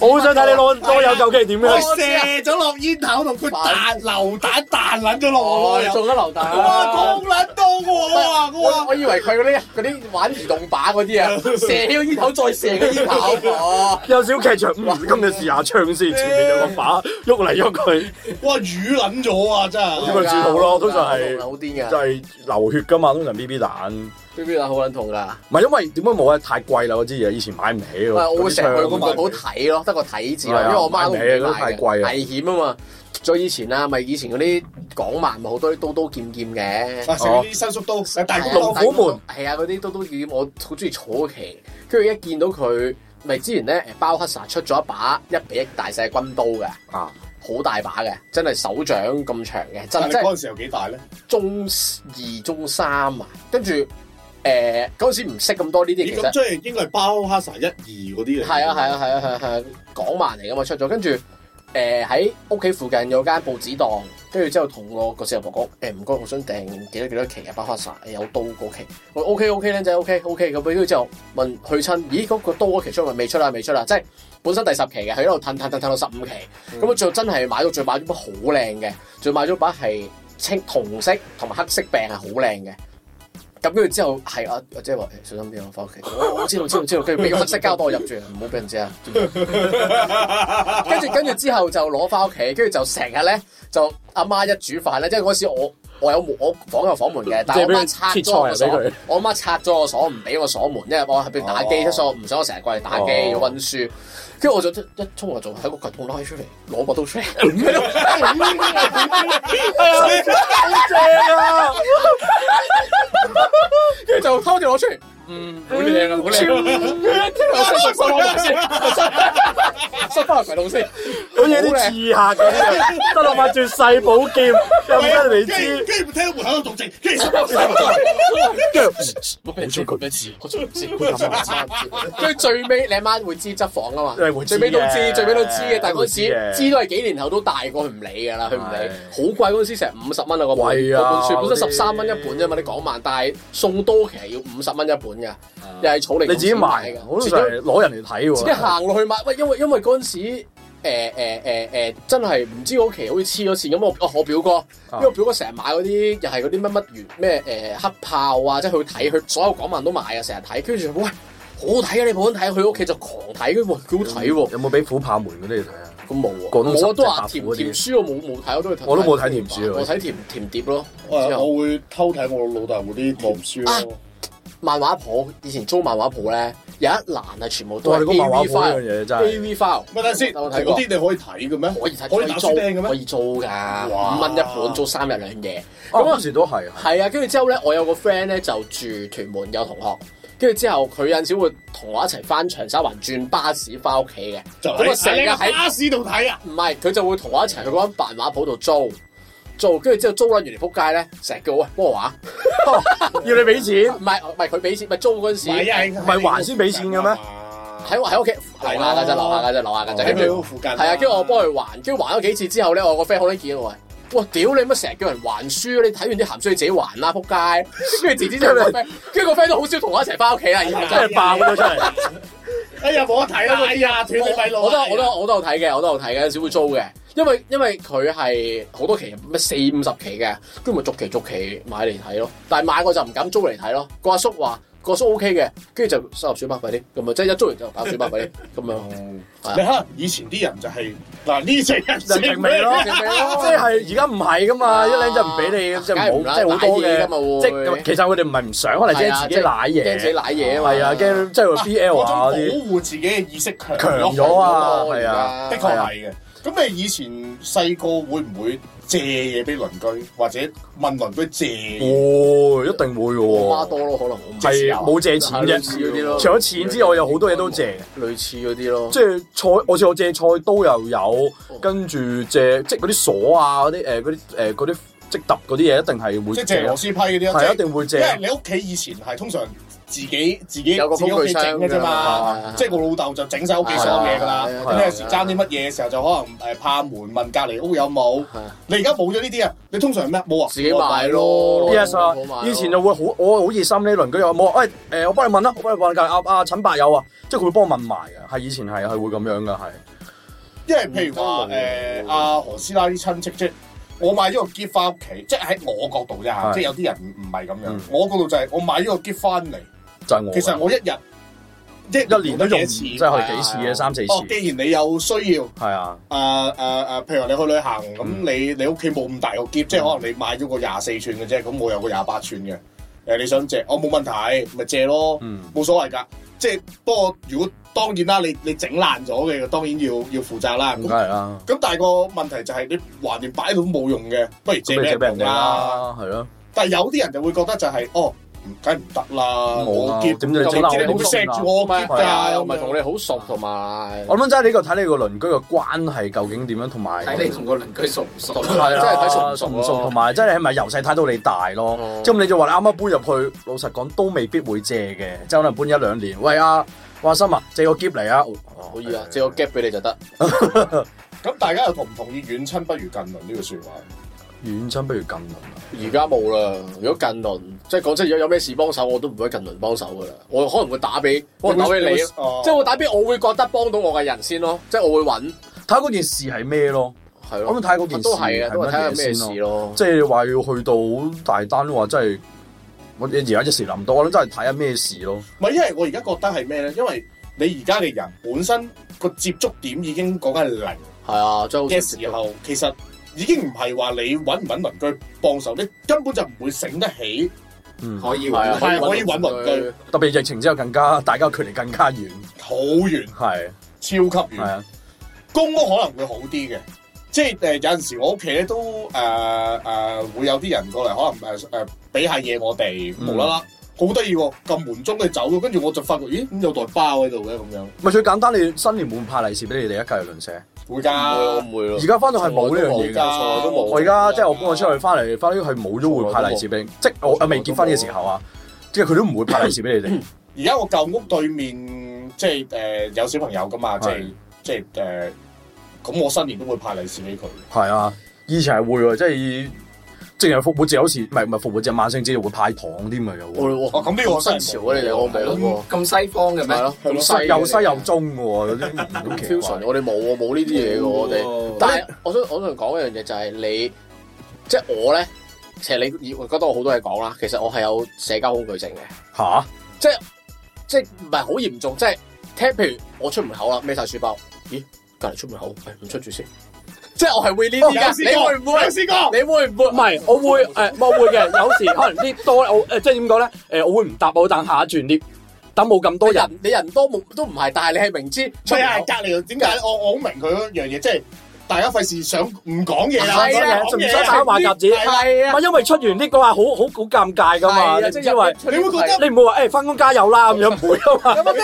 S3: 我好想睇你攞攞油究竟係點
S1: 我
S3: 樣。
S1: 射咗落煙頭度，佢彈流彈彈撚咗落
S2: 哦
S1: 我，啊又，
S2: 中咗流彈
S1: 哇！
S2: 啦
S1: 痛！撚到我啊！我
S2: 我
S1: 話
S2: 我以為佢嗰啲嗰啲玩移動靶 嗰啲啊，射咗煙頭再射個 煙頭，哦
S3: 有少劇場，嗯，咁你試下槍先，前面有個靶，喐嚟喐去，
S1: 哇魚撚咗啊！真
S3: 咁
S1: 係
S3: 咪最好咯通常係
S2: 哦好癲
S3: 就
S2: 噶
S3: 係流血噶嘛，通常 B B 蛋。唔
S2: ，B B 彈啊好撚痛㗎。
S3: 係因為點解冇咧？啊太貴啦，嗰支嘢以前買唔起
S2: 唔係，
S3: 喎。
S2: 我會成日去
S3: 嗰啲
S2: 嗰個
S3: 槍
S2: 好睇咯，得個睇字
S3: 係
S2: 咯，
S3: 啊
S2: 因為我媽都
S3: 買唔
S2: 唔
S3: 起
S2: 買
S3: 嗰啲太貴
S2: 嘅，
S3: 啊
S2: 危險啊嘛。再以前啊，咪以前嗰啲港漫咪好多啲刀刀劍劍嘅，
S1: 啊！射啲伸縮刀，大
S2: 係啊
S1: 骨
S3: 龍
S1: 刀
S3: 虎門
S2: 係啊，嗰啲刀刀劍劍我好中意坐期，跟住一見到佢，咪之前咧誒包黑沙出咗一把一比一大細軍刀嘅，
S3: 啊，
S2: 好大把嘅，真係手掌咁長嘅，真
S1: 但係
S2: 係
S1: 你
S2: 真係
S1: 嗰陣時有幾大咧？
S2: 中二中三啊，跟住誒嗰陣時唔識咁多呢啲，
S1: 咦，
S2: 其實
S1: 咁。即係應該係包哈薩一二嗰啲嚟。
S2: 係 啊係啊係啊係啊係啊，港漫嚟噶嘛出咗，跟住誒喺屋企附近有間報紙檔，跟住之後同我個小婆講誒唔該，我想訂幾多幾多期嘅啊包花曬，有刀嗰期，我 OK OK 靚仔 OK OK 咁，跟住之後問去親，咦嗰、個刀嗰期出咪未出啦未出啦，即係本身第十期嘅，佢一路褪褪褪褪到十五期，咁啊最後真係買到最買咗把好靚嘅，最買咗把係青銅色同埋黑色柄係好靚嘅。咁跟住之後係啊，即係話誒小心啲啊，翻屋企。我我知道知道知道，跟住俾個黑色膠袋我入住，唔好俾人知啊。跟住跟住之後就攞翻屋企，跟住就成日咧就阿媽一煮飯咧，即係嗰時我我有門我房有房門嘅，但係我媽拆咗我個
S3: 即係俾佢切菜啊俾
S2: 鎖
S3: 佢，
S2: 我媽拆咗我鎖，唔俾我鎖門，因為我係俾打機，
S1: 哦
S2: 所以我唔想我成日過嚟打機
S3: 哦
S2: 要温書。跟住我就一衝就做喺個櫃桶拉出嚟，攞把刀出嚟，
S1: 啊
S3: 好正啊！
S2: 跟住就偷住攞出嚟。嗯，好靚啊，好靚啊！跟住我收收收翻先，收翻個櫃桶先。
S3: 好似啲刺客咁樣，得落把絕世寶劍，又唔得你
S1: 跟住
S3: 知。
S1: 跟住聽到門口度動靜，跟住
S2: 我俾人知，我俾人知，我仲唔知，我仲唔知。跟住最尾你阿媽會知執房
S3: 誒
S2: 啊嘛，
S3: 會
S2: 最
S3: 知嘅
S2: 尾都知，最尾都知嘅。但係嗰
S3: 會知嘅
S2: 時知都係幾年後都大個，佢唔理㗎啦，佢唔
S3: 係
S2: 理。好貴嗰陣時成五十蚊啊個本，
S3: 貴啊
S2: 個本書本
S3: 嗰
S2: 身
S3: 啲
S2: 十三蚊一本啫嘛，你港漫，但係送多其實要五十蚊一本㗎，又係草嚟
S3: 你自己買
S2: 㗎
S3: 㗎，，好
S2: 自
S3: 似
S2: 己
S3: 係攞人嚟睇
S2: 自己
S3: 喎。
S2: 行落去買，喂，因為因為嗰陣時。呃誒誒誒誒，呃真係唔知嗰期好似黐咗線咁，我哦我我表
S3: 啊
S2: 哥，因為我表哥成日買嗰啲又係嗰啲乜乜魚咩誒黑豹啊，即係佢睇佢所有港漫都買啊，成日睇，跟住就喂好好睇啊！你冇得睇，佢屋企就狂睇，跟住哇幾好睇喎，
S3: 有冇俾虎豹門嗰啲嚟睇啊？
S2: 咁冇啊，
S3: 廣東
S2: 我
S3: 十
S2: 都
S3: 隻
S2: 話
S3: 白
S2: 甜
S3: 虎嗰啲
S2: 甜書我冇冇睇，我都去睇
S3: 我都冇睇甜書啊
S2: 我睇甜甜碟咯，之
S1: 我
S2: 後
S1: 我會偷睇我老豆嗰啲圖書
S2: 啊
S1: 咯。
S2: 漫畫鋪以前租漫畫鋪咧有一欄係全部都
S3: 哇！你
S2: 係
S3: 講漫畫鋪
S2: AV
S3: 呢
S2: file
S3: 樣嘢真係
S2: AV file，
S1: 咪等陣先，
S2: 我睇
S1: 嗰
S2: 過
S1: 啲你可以睇嘅咩？
S2: 可以睇
S1: 可以打書釘嘅
S2: 可
S1: 咩？
S2: 以租㗎，
S1: 哇
S2: 五蚊一本租三日兩夜。
S3: 咁嗰時都係啊。
S2: 係啊，跟住之後咧，我有個 friend 咧就住屯門有同學，跟住之後佢有陣時會同我一齊翻長沙灣轉巴士翻屋企嘅，
S1: 就
S2: 咁啊
S1: 喺
S2: 成日
S1: 喺
S2: 喺
S1: 巴士度睇啊！
S2: 唔係佢就會同我一齊去嗰間漫畫鋪度租。做，跟住之後租撚完嚟撲街咧，成日叫我喂幫我玩，
S3: 要你俾錢，
S2: 唔係唔係佢俾錢，咪租嗰陣時
S1: 唔係啊，
S3: 唔係還先俾錢嘅咩？
S2: 喺喺屋企樓下嗰陣，樓下嗰陣，樓下嗰陣，
S1: 喺
S2: 跟住
S1: 佢。嗰附近。
S2: 係啊，跟住我幫佢還，跟住還咗幾次之後咧，我個 friend 好撚見我喂，哇屌你乜成日叫人還書，啊你睇完啲鹹書你自己還啦，撲街！跟住自己就 個 friend，跟住個 friend 都好少同我一齊翻屋企啦，以後真
S3: 真
S2: 係啊
S3: 係爆咗出 嚟，
S1: 哎呀，冇得睇啦！哎呀，斷你米路啊！
S2: 我都我都我都有睇嘅，我都有睇嘅，有時會租嘅，因為因為佢係好多期咩四五十期嘅，跟住咪逐期逐期買嚟睇咯。但係買我就唔敢租嚟睇咯。個阿叔話個阿叔 O K 嘅，跟住就收入選百快啲，咁啊即係一租完就搞選百快啲咁啊樣。
S3: 哦
S1: 你睇下以前啲人就係嗱呢隻人
S3: 人情味咯，啊即係而家唔係噶嘛，一靚就唔俾你，即係冇，即係好多
S2: 嘢㗎
S3: 嘅。
S2: 嘛
S3: 即
S2: 會
S3: 係。其實佢哋唔係唔想，可能
S2: 係
S3: 驚
S2: 啊
S3: 自己攋嘢，
S2: 驚自己攋嘢啊嘛
S3: 係啊，驚 即係話 BL
S1: 哎嗰種
S3: 啊
S1: 保
S3: 嗰啲
S1: 護自己嘅意識強
S3: 強
S1: 咯
S3: 咗啊，
S2: 係
S3: 係啊，
S2: 啊
S1: 的確係嘅。咁你以前細個會唔會借嘢俾鄰居，或者問鄰居借嘢？
S3: 哦，一定會嘅
S2: 我媽
S3: 喎，
S2: 多咯，可能我唔知
S3: 係
S1: 啊
S3: 冇借錢
S2: 係類
S3: 啫。
S2: 似嗰啲咯。
S3: 除咗錢之外，有好多嘢都借嘅。
S2: 類似嗰啲咯。
S3: 即係菜，我試過借菜刀又有，
S1: 哦
S3: 跟住借即係嗰啲鎖啊，嗰啲誒嗰啲誒嗰啲即係揼嗰啲嘢，一定係會
S1: 即係借螺絲批嗰啲啊
S3: 係一
S1: 即係
S3: 定會
S1: 因為
S3: 借。
S1: 你屋企以前係通常自己自己
S2: 有個
S1: 自己
S2: 工
S1: 屋
S2: 具
S1: 企
S2: 箱
S1: 整嘅啫
S2: 㗎
S1: 嘛
S2: 嘛，
S1: 即係我老豆就整晒屋企所有嘢㗎啦。
S2: 係啊啊
S1: 咁有時爭啲乜嘢嘅時候，就可能誒怕門問隔離屋有冇。
S2: 係啊
S1: 你而家冇咗呢啲啊？你通常咩冇啊？
S2: 自己買咯
S3: Yes 啊
S2: 我買咯
S3: 以前就會好，我好熱心呢鄰居有冇？誒誒，我幫你問啦，我幫你問隔離阿阿陳伯有啊，即係佢會幫我問埋嘅，係以前係係會咁樣嘅，係
S1: 因為譬如話
S2: 唔得喎
S1: 誒阿何師奶啲親戚即係我買咗個 gift 翻屋企，即係喺我角度啫嚇，
S3: 係
S1: 即係有啲人唔唔係咁樣
S3: 嗯。
S1: 我角度就係我買咗個 gift 翻嚟，
S3: 就係我嘅。
S1: 其實我一日一
S3: 一年都用
S1: 一
S3: 唔
S1: 次。
S3: 即係去幾次
S2: 係啊
S3: 嘅，三四次
S1: 哦，既然你有需要。
S3: 係啊，
S1: 啊啊啊！譬如話你去旅行，咁
S3: 嗯
S1: 你你屋企冇咁大個箧，即係可能你買咗個廿四寸嘅啫，咁我有個廿八寸嘅。誒，你想借，我、哦冇問題，咪借咯，
S3: 嗯
S1: 冇所謂㗎。即係不過，如果當然啦，你你整爛咗嘅，當然要要負責啦。
S3: 咁
S1: 咁
S3: 梗係啦，
S1: 咁但係個問題就係你橫掂擺到都冇用嘅，不如借
S3: 咁
S1: 俾
S3: 你借俾
S1: 人用
S3: 人哋
S1: 啦。
S3: 啦，係咯，
S1: 但係有啲人就會覺得就係、哦，唔梗係唔得啦，
S3: 冇
S1: 我
S3: 啦
S1: 結
S3: 點知你整
S1: 你
S3: 爛
S1: 會錫住我
S2: 唔
S1: 結
S2: 係係啊，又唔
S1: 㗎，
S2: 係同你好熟，同埋
S3: 我諗真係呢個睇你個鄰居嘅關係究竟點樣，同埋
S4: 睇你同個鄰居熟唔熟。
S2: 同
S3: 係
S2: 真係睇熟啊
S3: 啦，熟
S2: 唔熟
S3: 唔
S2: 咯
S3: 熟，同埋真係係咪由細睇到你大咯？
S2: 哦
S3: 即係咁你就話你啱啱搬入去，老實講都未必會借嘅，即係可能搬一兩年。喂啊，華森啊，借個箧嚟啊！哦
S2: 可以啊，借個 gap 俾你就得。
S1: 咁大家又同唔同意遠親不如近鄰呢句説話？
S3: 遠親不如近啊鄰，
S2: 而家冇啦。如果近鄰，即係講真，如果有咩事幫手，我都唔會喺近鄰幫手噶啦。我可能會打俾，我打俾你，即
S1: 哦
S2: 係我打俾我會覺得幫到我嘅人先咯。即係我會揾，
S3: 睇下嗰件事係咩咯？
S2: 係
S3: 我
S2: 咯
S3: 諗，睇嗰件事
S2: 都係啊，都係睇下
S3: 乜嘢
S2: 咩
S3: 先咯
S2: 事咯。
S3: 即係話要去到大單嘅話，真係我而家一時諗唔到，我諗真係睇下咩事咯。
S1: 唔係，因為我而家覺得係咩咧？因為你而家嘅人本身個接觸點已經講緊係零
S2: 係啊，即係好
S1: 嘅
S2: 似
S1: 時候，其實已經唔係話你揾唔揾鄰居幫手，你根本就唔會醒得起。
S3: 嗯，
S4: 可以
S2: 係啊
S4: 玩，
S1: 係可以揾鄰居，
S3: 特別疫情之後更加大家距離更加遠，
S1: 好遠，
S3: 係
S1: 超
S2: 嗯
S1: 級
S3: 係
S1: 遠。
S3: 啊，
S1: 公屋可能會好啲嘅，即係誒、呃有陣時我屋企咧都誒誒、會有啲人過嚟，可能誒誒俾下嘢我哋，
S3: 嗯
S1: 無啦啦好得意喎，撳門鐘佢走咗，跟住我就發覺咦咁有袋包喺度嘅咁樣，
S3: 咪最簡單，你新年會唔會派利是俾你哋一家人鄰舍？
S1: 會
S2: 我
S1: 㗎。
S2: 唔會咯
S3: 而。家翻到係嗯冇呢樣
S1: 㗎
S3: 嘢㗎。
S2: 嗯從來都冇
S3: 我而家即係我搬我出去翻嚟，翻到去冇咗會派利是俾你，即係我
S2: 從來都
S3: 啊
S2: 冇
S3: 未結婚嘅時候啊，即係佢都唔會派利是俾你
S2: 嗯
S3: 哋。
S1: 而家我舊屋對面即係誒、呃有小朋友噶嘛，即係即係誒，咁、我新年都會派利是俾佢。
S3: 係啊，以前係會喎，即係正係復活節有時，唔係唔係復活節萬聖節會派糖添㗎啊又
S2: 我
S3: 會，
S2: 我
S1: 哦咁呢個我真係冇
S2: 新潮啊！你哋我冇喎
S4: 咁，咁西方嘅咩
S2: 係？咯，咁細嘅
S3: 又西又中嘅喎，嗰啲唔好奇
S2: confusion，
S3: 怪。
S2: 我哋冇喎，冇呢啲嘢嘅喎我哋。但係我想我想講一樣嘢就係你，即係我咧，其實你覺得我好多嘢講啦，其實我係有社交恐懼症嘅，
S3: 嚇，
S2: 即係唔係好嚴重，即係聽譬如我出門口啦，孭晒書包，咦，隔離出門口，哎誒唔出住先，即哦係我係會
S3: 哦
S2: 呢啲㗎，你會唔會？
S1: 有試過？
S2: 你會唔會？
S6: 唔係，我會誒、呃我會嘅，有時可能啲多，我誒、即係點講咧？誒、我會唔搭，我會等下一轉啲，等冇咁多
S2: 多
S6: 人。
S2: 人，你人多冇都唔係，但係你係明知出
S1: 係
S2: 門
S1: 啊，
S2: 口
S1: 隔離 點解咧？我我好明佢嗰樣嘢，即係大家費事想唔講嘢啦，
S2: 係啊
S1: 講
S6: 仲唔
S1: 嘢
S6: 使打話夾子？
S2: 係啊
S6: 唔係因為出完呢個係好好好尷尬噶嘛，
S2: 係啊，
S6: 你
S2: 即
S6: 知
S2: 係
S6: 因為
S1: 你會覺得
S6: 你唔會話誒翻工加油啦咁樣唔會啊嘛。
S1: 有乜 咩？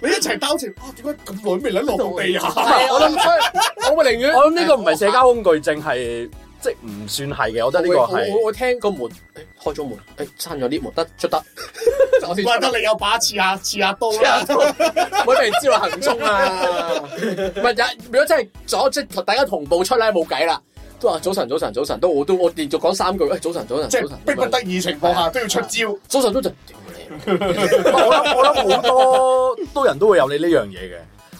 S1: 你一齊兜住啊？點解 咁耐未撚落到地下？啊
S2: 係啊我諗，所以我咪寧願
S6: 我諗呢個唔係社交恐懼症，係
S3: 即係唔算係嘅，我覺得
S2: 我
S3: 呢個係
S2: 我我聽個門誒開咗門，誒閂咗 lift 門得 出得，我先
S1: 怪得你有把刺下刺下刀啦，
S2: 唔好俾人知道行 蹤啊！唔係，有如果真係咗即係大家同步出咧，冇計啦。都話早晨，早晨，早晨，都我都我連續講三句，誒早晨，早晨，
S1: 即
S2: 早
S1: 係
S2: 晨，
S1: 逼不得已情況下都要出招。
S2: 早晨，早晨，屌
S3: 我
S2: 你，
S3: 諗我諗好多多人都會有你呢樣嘢 嘅，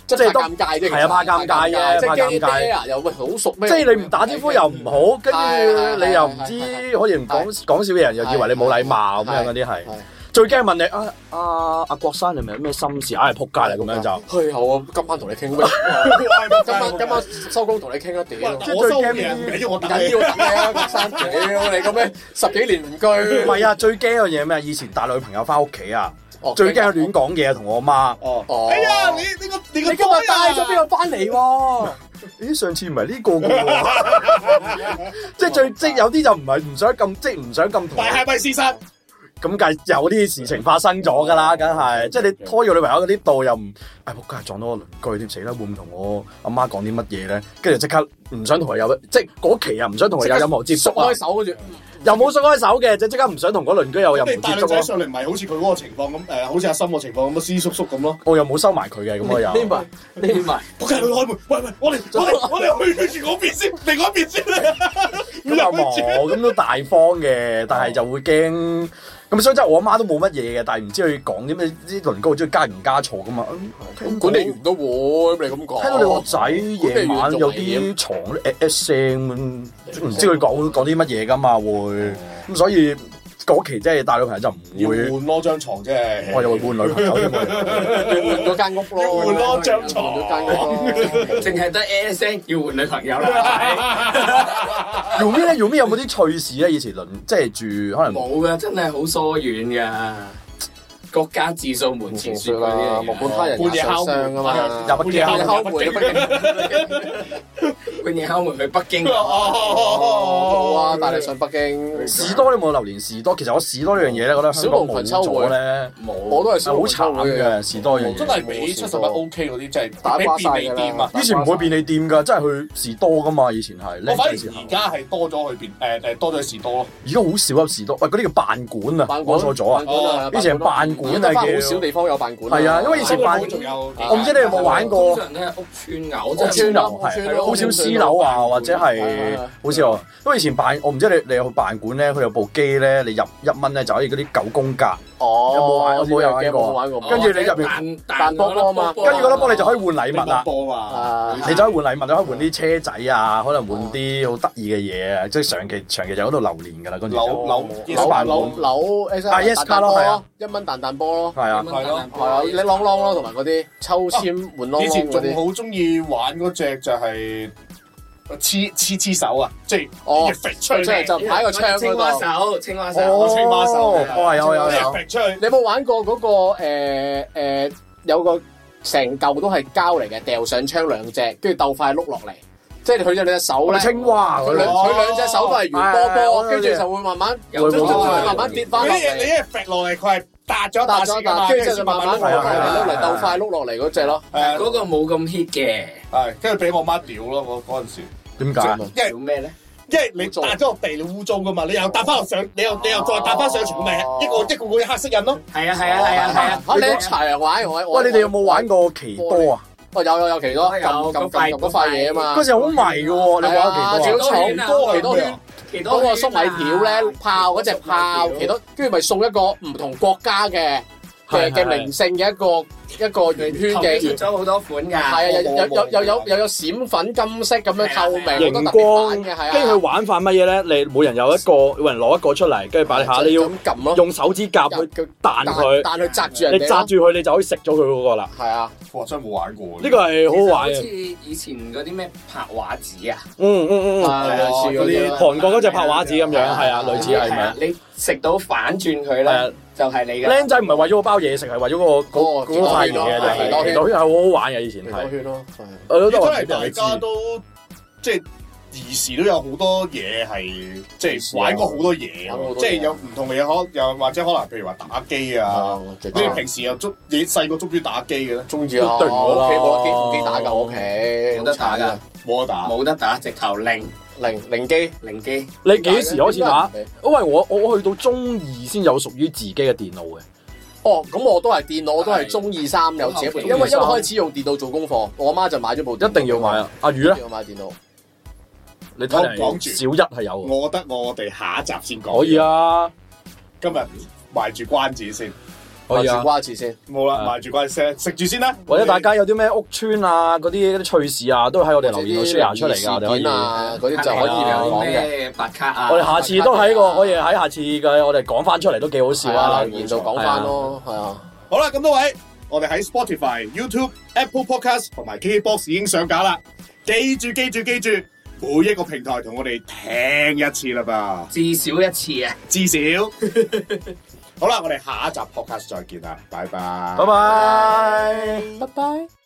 S2: 即
S3: 係
S2: 係
S3: 都
S2: 怕尷尬啫。
S3: 係啊怕尷尬嘅
S2: 即
S3: 怕尷
S2: 係
S3: 尬
S2: 驚啊！又喂好熟咩？
S3: 即係你唔打招呼又唔好，跟
S2: 係啊
S3: 住你又唔知，可能講講少嘅人又以為你冇禮貌咁樣嗰啲係
S2: 係。
S3: 最驚問你啊啊阿郭生，你咪有咩心事？唉，仆街啦咁樣就。
S2: 去後啊！今晚同你傾 咩？今 晚今晚收工同你傾啦，屌！
S1: 喂我收嘢唔緊要，我
S2: 唔
S1: 等
S2: 緊
S1: 你。
S2: 要等你啊，郭生，屌你咁樣十幾年唔
S3: 唔
S2: 居，
S3: 係啊，最驚一樣嘢咩？以前帶女朋友翻屋企啊，
S2: 哦
S3: 最驚佢亂講嘢啊同我媽。
S1: 哦，
S2: 哦，
S1: 哎呀，你你個你
S2: 你
S1: 個
S2: 今
S1: 袋
S2: 日帶
S1: 啊
S2: 咗邊個翻嚟喎？
S3: 咦，上次唔係呢個 嘅喎，即係最即係有啲就唔係唔想咁，即係唔想咁同
S1: 但係咪事實？
S3: 咁計有啲事情發生咗㗎啦，梗係即係你拖咗女朋友嗰啲度又唔，唉仆街撞到個鄰居添，死啦！會唔會同我阿媽講啲乜嘢咧？跟住即刻唔想同佢有，即係嗰期又唔想同佢有任何接觸啊
S2: 開，手跟住，
S3: 又冇鬆開手嘅，即係即刻唔想同嗰鄰居有任何
S1: 你
S3: 接
S1: 帶女仔
S3: 觸咯。
S1: 上嚟，唔係好似佢嗰個情況咁，誒，好似阿森個情況咁，師叔叔咁咯。
S3: 我又冇收埋佢嘅，咁我又
S2: 匿埋匿埋，
S1: 仆街，佢開門，喂喂，我哋我哋我哋去住嗰邊先，另外一邊先
S3: 咁
S1: 啊
S3: 又冇，咁都大方嘅，但係就會驚。咁所以即係我阿媽都冇乜嘢嘅，但係唔知佢講啲咩，啲鄰居好中意加鹽加醋㗎嘛。嗯
S2: 管理員都會，咁你咁講。
S3: 聽到你個仔夜晚有啲床誒誒聲咁，唔知佢講講啲乜嘢噶嘛會，咁所以嗰期即係帶女朋友就
S1: 要
S3: 唔會，
S1: 換咯張床啫。
S3: 我又會換女朋友添喎。
S2: 換咗間屋咯，
S1: 換咯張 床
S2: 換咗間屋咯。
S4: 淨係得 A S N 要換女朋 友啦，
S3: 用咩咧？用咩有冇啲趣事咧？以前鄰即係住可能
S4: 冇噶，真係好疏遠噶。國家自掃門前雪嗰啲
S2: 無
S4: 嚟
S2: 本他人也受傷啊嘛。
S3: 入北京，
S2: 有敲門啊，
S4: 㗎，半夜敲門去北京。
S2: 冇
S1: 哦
S2: 啊，帶你上北京。
S3: 士多你有冇榴蓮士多？其實我士多呢樣嘢咧，覺得香港冇咗咧，
S4: 冇，
S2: 我都係
S3: 係好慘嘅士多樣
S1: 真
S3: 嘢。
S1: 係比七十一 OK 嗰啲，真
S2: 打
S1: 係
S2: 瓜
S1: 比
S2: 晒
S1: 便利
S2: 㗎
S1: 店
S2: 啦
S1: 啊！。
S3: 以前唔會便利店㗎，真係去士多㗎嘛。以前係
S1: 我
S3: 僆
S1: 反而
S3: 仔時候
S1: 而，家係多咗去便誒誒多咗去士多咯。
S3: 而家好少有士多。喂，嗰啲叫辦館啊，
S2: 辦
S3: 講
S2: 館
S3: 錯咗啊！
S2: 啊
S3: 以前辦館啊
S2: 而家好
S3: 叫
S2: 少地方有辦館。
S3: 係啊，因為以前辦
S1: 我仲有
S3: 我唔知你有冇玩過
S4: 通常都係屋哦村牛，
S3: 屋
S4: 真
S3: 村
S4: 係
S3: 樓
S2: 屋村
S3: 係
S2: 樓
S3: 好少私樓啊，或者
S2: 係
S3: 係
S2: 係
S3: 好似我，因為以前辦，我唔知你你去辦館咧，佢有部機咧，你入一蚊咧就可以嗰啲九宮格，
S2: 哦，有冇玩過？
S3: 跟住你入面
S4: 彈
S2: 彈波波嘛
S1: 啊
S3: 跟住嗰粒波你就可以換禮物啦。
S1: 波嘛，
S2: 啊，
S3: 你就可以換禮物，你可以換啲車仔啊，可能換啲好得意嘅嘢啊，即係長期長期就喺度流連㗎啦，跟住
S1: 扭
S3: 就
S1: 扭
S2: 扭扭扭 S 卡咯，一蚊彈彈波咯。
S3: 係啊，
S1: 係咯
S2: 係啊，你啷啷咯，同埋嗰啲抽籤換啷
S1: 以前
S2: 啷嗰
S1: 仲
S2: 啲，
S1: 好中意玩嗰只就係黐黐黐手啊，即係
S2: 哦
S1: 一揈出
S2: 即係
S1: 嚟，
S2: 就擺個窗嗰
S4: 青 蛙
S2: 度。
S4: 手，青蛙手，
S3: 哦，
S1: 青蛙
S4: 啊
S1: 手
S3: 哦有有
S2: 啊
S1: 一
S3: 有，
S1: 揈出去。
S2: 你有冇玩過嗰、個誒、呃呃有個成嚿都係膠嚟嘅，掉上窗兩隻，跟住鬥快碌落嚟，即係佢有兩隻手咧，
S3: 青蛙
S2: 佢
S3: 嗰
S2: 兩
S3: 兩
S2: 佢兩隻手都係圓波波，
S3: 係係係
S2: 跟住就會慢慢
S4: 有
S2: 就
S3: 有
S2: 會
S3: 有
S2: 慢慢跌翻
S1: 你
S2: 落
S1: 一你
S2: 嚟，
S1: 一揈落嚟，佢係搭咗
S2: 搭
S1: 搭
S2: 咗
S1: 咗
S2: 一笪，跟住就慢慢碌落
S3: 係啊係啊
S2: 嚟，碌啊嚟
S3: 係啊
S2: 鬥快碌落嚟嗰只咯。
S4: 但
S1: 誒
S4: 嗰個冇咁 hit 嘅，
S1: 係，跟住俾我媽屌咯，我嗰陣時，
S3: 點解？啊
S4: 叫咩咧？
S1: 因為你搭咗落地，你污糟噶嘛，你又搭翻落上，你又
S2: 哦
S1: 你又再搭翻上床，咪一個一個嗰啲黑色印咯。
S4: 係啊係啊係啊係啊！
S2: 嚇你一齊玩我我
S3: 喂，你哋有冇玩？過奇多啊？
S2: 哦有有有其多，
S4: 有
S2: 撳
S4: 嗰
S2: 撳
S4: 塊
S2: 撳嗰塊嘢啊嘛。
S3: 嗰時好迷嘅喎，你
S2: 係
S3: 玩
S2: 啊
S3: 過奇
S2: 自
S3: 多
S2: 己
S3: 啊？
S2: 闖
S1: 多
S2: 奇
S1: 係
S2: 多
S1: 咩
S2: 圈
S1: 啊。
S4: 其
S2: 嗰個粟米條咧，炮嗰隻炮，其多跟住咪送一個唔同國家嘅嘅
S3: 係係
S2: 嘅靈性嘅一個一個圓圈
S4: 後出
S2: 嘅，係
S4: 咗好多款㗎。
S2: 啊，有有有有有有有閃粉金色咁樣透明，好多特別版嘅係啊，
S6: 跟住佢玩法乜嘢咧？你每人有一個，每人攞一個出嚟，跟住擺下，你要
S2: 就咁撳咯，
S6: 用手指甲去
S2: 佢
S6: 彈佢，
S2: 但佢擲住人
S6: 你
S2: 哋
S6: 揸
S2: 咯，
S6: 住佢，你就可以食咗佢嗰個啦。
S2: 係啊，
S1: 哇！真係冇玩過
S6: 呢個係好好玩
S4: 好似
S6: 嘅，
S4: 以前嗰啲咩拍畫紙啊，
S6: 嗯嗯嗯，
S2: 係類似嗰
S1: 嗰
S2: 啲啊咯
S6: 韓國嗰只拍畫紙咁樣，係啊，類似係咪？
S4: 你食到反轉佢
S6: 係啊
S4: 啦，就係你嘅。
S3: 僆仔唔係為咗個包嘢食，係為咗個嗰
S2: 哦
S3: 嗰塊嘢嘅，
S2: 係
S3: 就係其實好似係好好玩嘅以前
S2: 奇多
S3: 係，
S2: 圈咯，係啊
S3: 我
S1: 因
S3: 都都
S1: 為
S3: 係
S1: 大家都即係兒時都有好多嘢係即係玩過好多嘢
S2: 玩過好
S1: 啊，
S2: 多嘢
S1: 即係有唔同嘅嘢可又或者可能譬如話打機啊，
S2: 啊，直
S1: 你哋
S2: 接
S1: 平時又中你細個中唔中意打機嘅咧？
S2: 中意啊！
S3: 都對唔到啦
S2: 我屋企冇得機冇機打㗎，我屋企冇
S4: 冇得打㗎，
S1: 冇得打，
S4: 冇得打，直頭零
S2: 零零機。
S4: 零機。
S6: 你幾時開始
S3: 啊
S6: 打？
S2: 點解人哋
S6: 因為我我我去到中二先有屬於自己嘅電腦嘅。
S2: 哦，咁我都係電腦，我都係中二三有自己部，因為因為
S6: 中二三
S2: 開始用電腦做功課，我阿媽就買咗部電腦，
S3: 一定要買啊！阿宇
S2: 一
S3: 咧
S2: 定，要買電腦。
S3: 你睇嚟
S1: 嗯我講住
S3: 小一係有喎，
S1: 我覺得我哋下一集先講。
S3: 可以，啊，
S1: 今日埋住關子先，
S3: 可以
S2: 我
S3: 啊
S2: 轉。瓜一次先，
S1: 冇啦，
S3: 啊
S1: 埋住關子先，食住先啦。嗯
S3: 或者大家有啲咩屋村啊、嗰啲嗰啲趣事啊，都喺我哋留言度 share 出嚟噶，我哋可以
S2: 事件。啊，嗰啲就可以
S3: 係
S2: 講
S4: 有
S2: 嘅。
S4: 咩白卡啊？
S3: 我哋下次都喺個，可以喺下次嘅我哋講翻出嚟都幾好笑
S2: 係
S3: 啊！
S2: 啊，留言就講翻咯，係啊，
S1: 好啦，咁多位，我哋喺 Spotify、YouTube、Apple Podcast 同埋 KKBox 已經上架啦。記住，記住，記住，每一個平台同我哋聽一次啦吧。
S4: 至少一次啊！
S1: 至少。好啦，我哋下一集 podcast 再見啦，拜拜。
S3: 拜拜。
S2: 啊拜拜。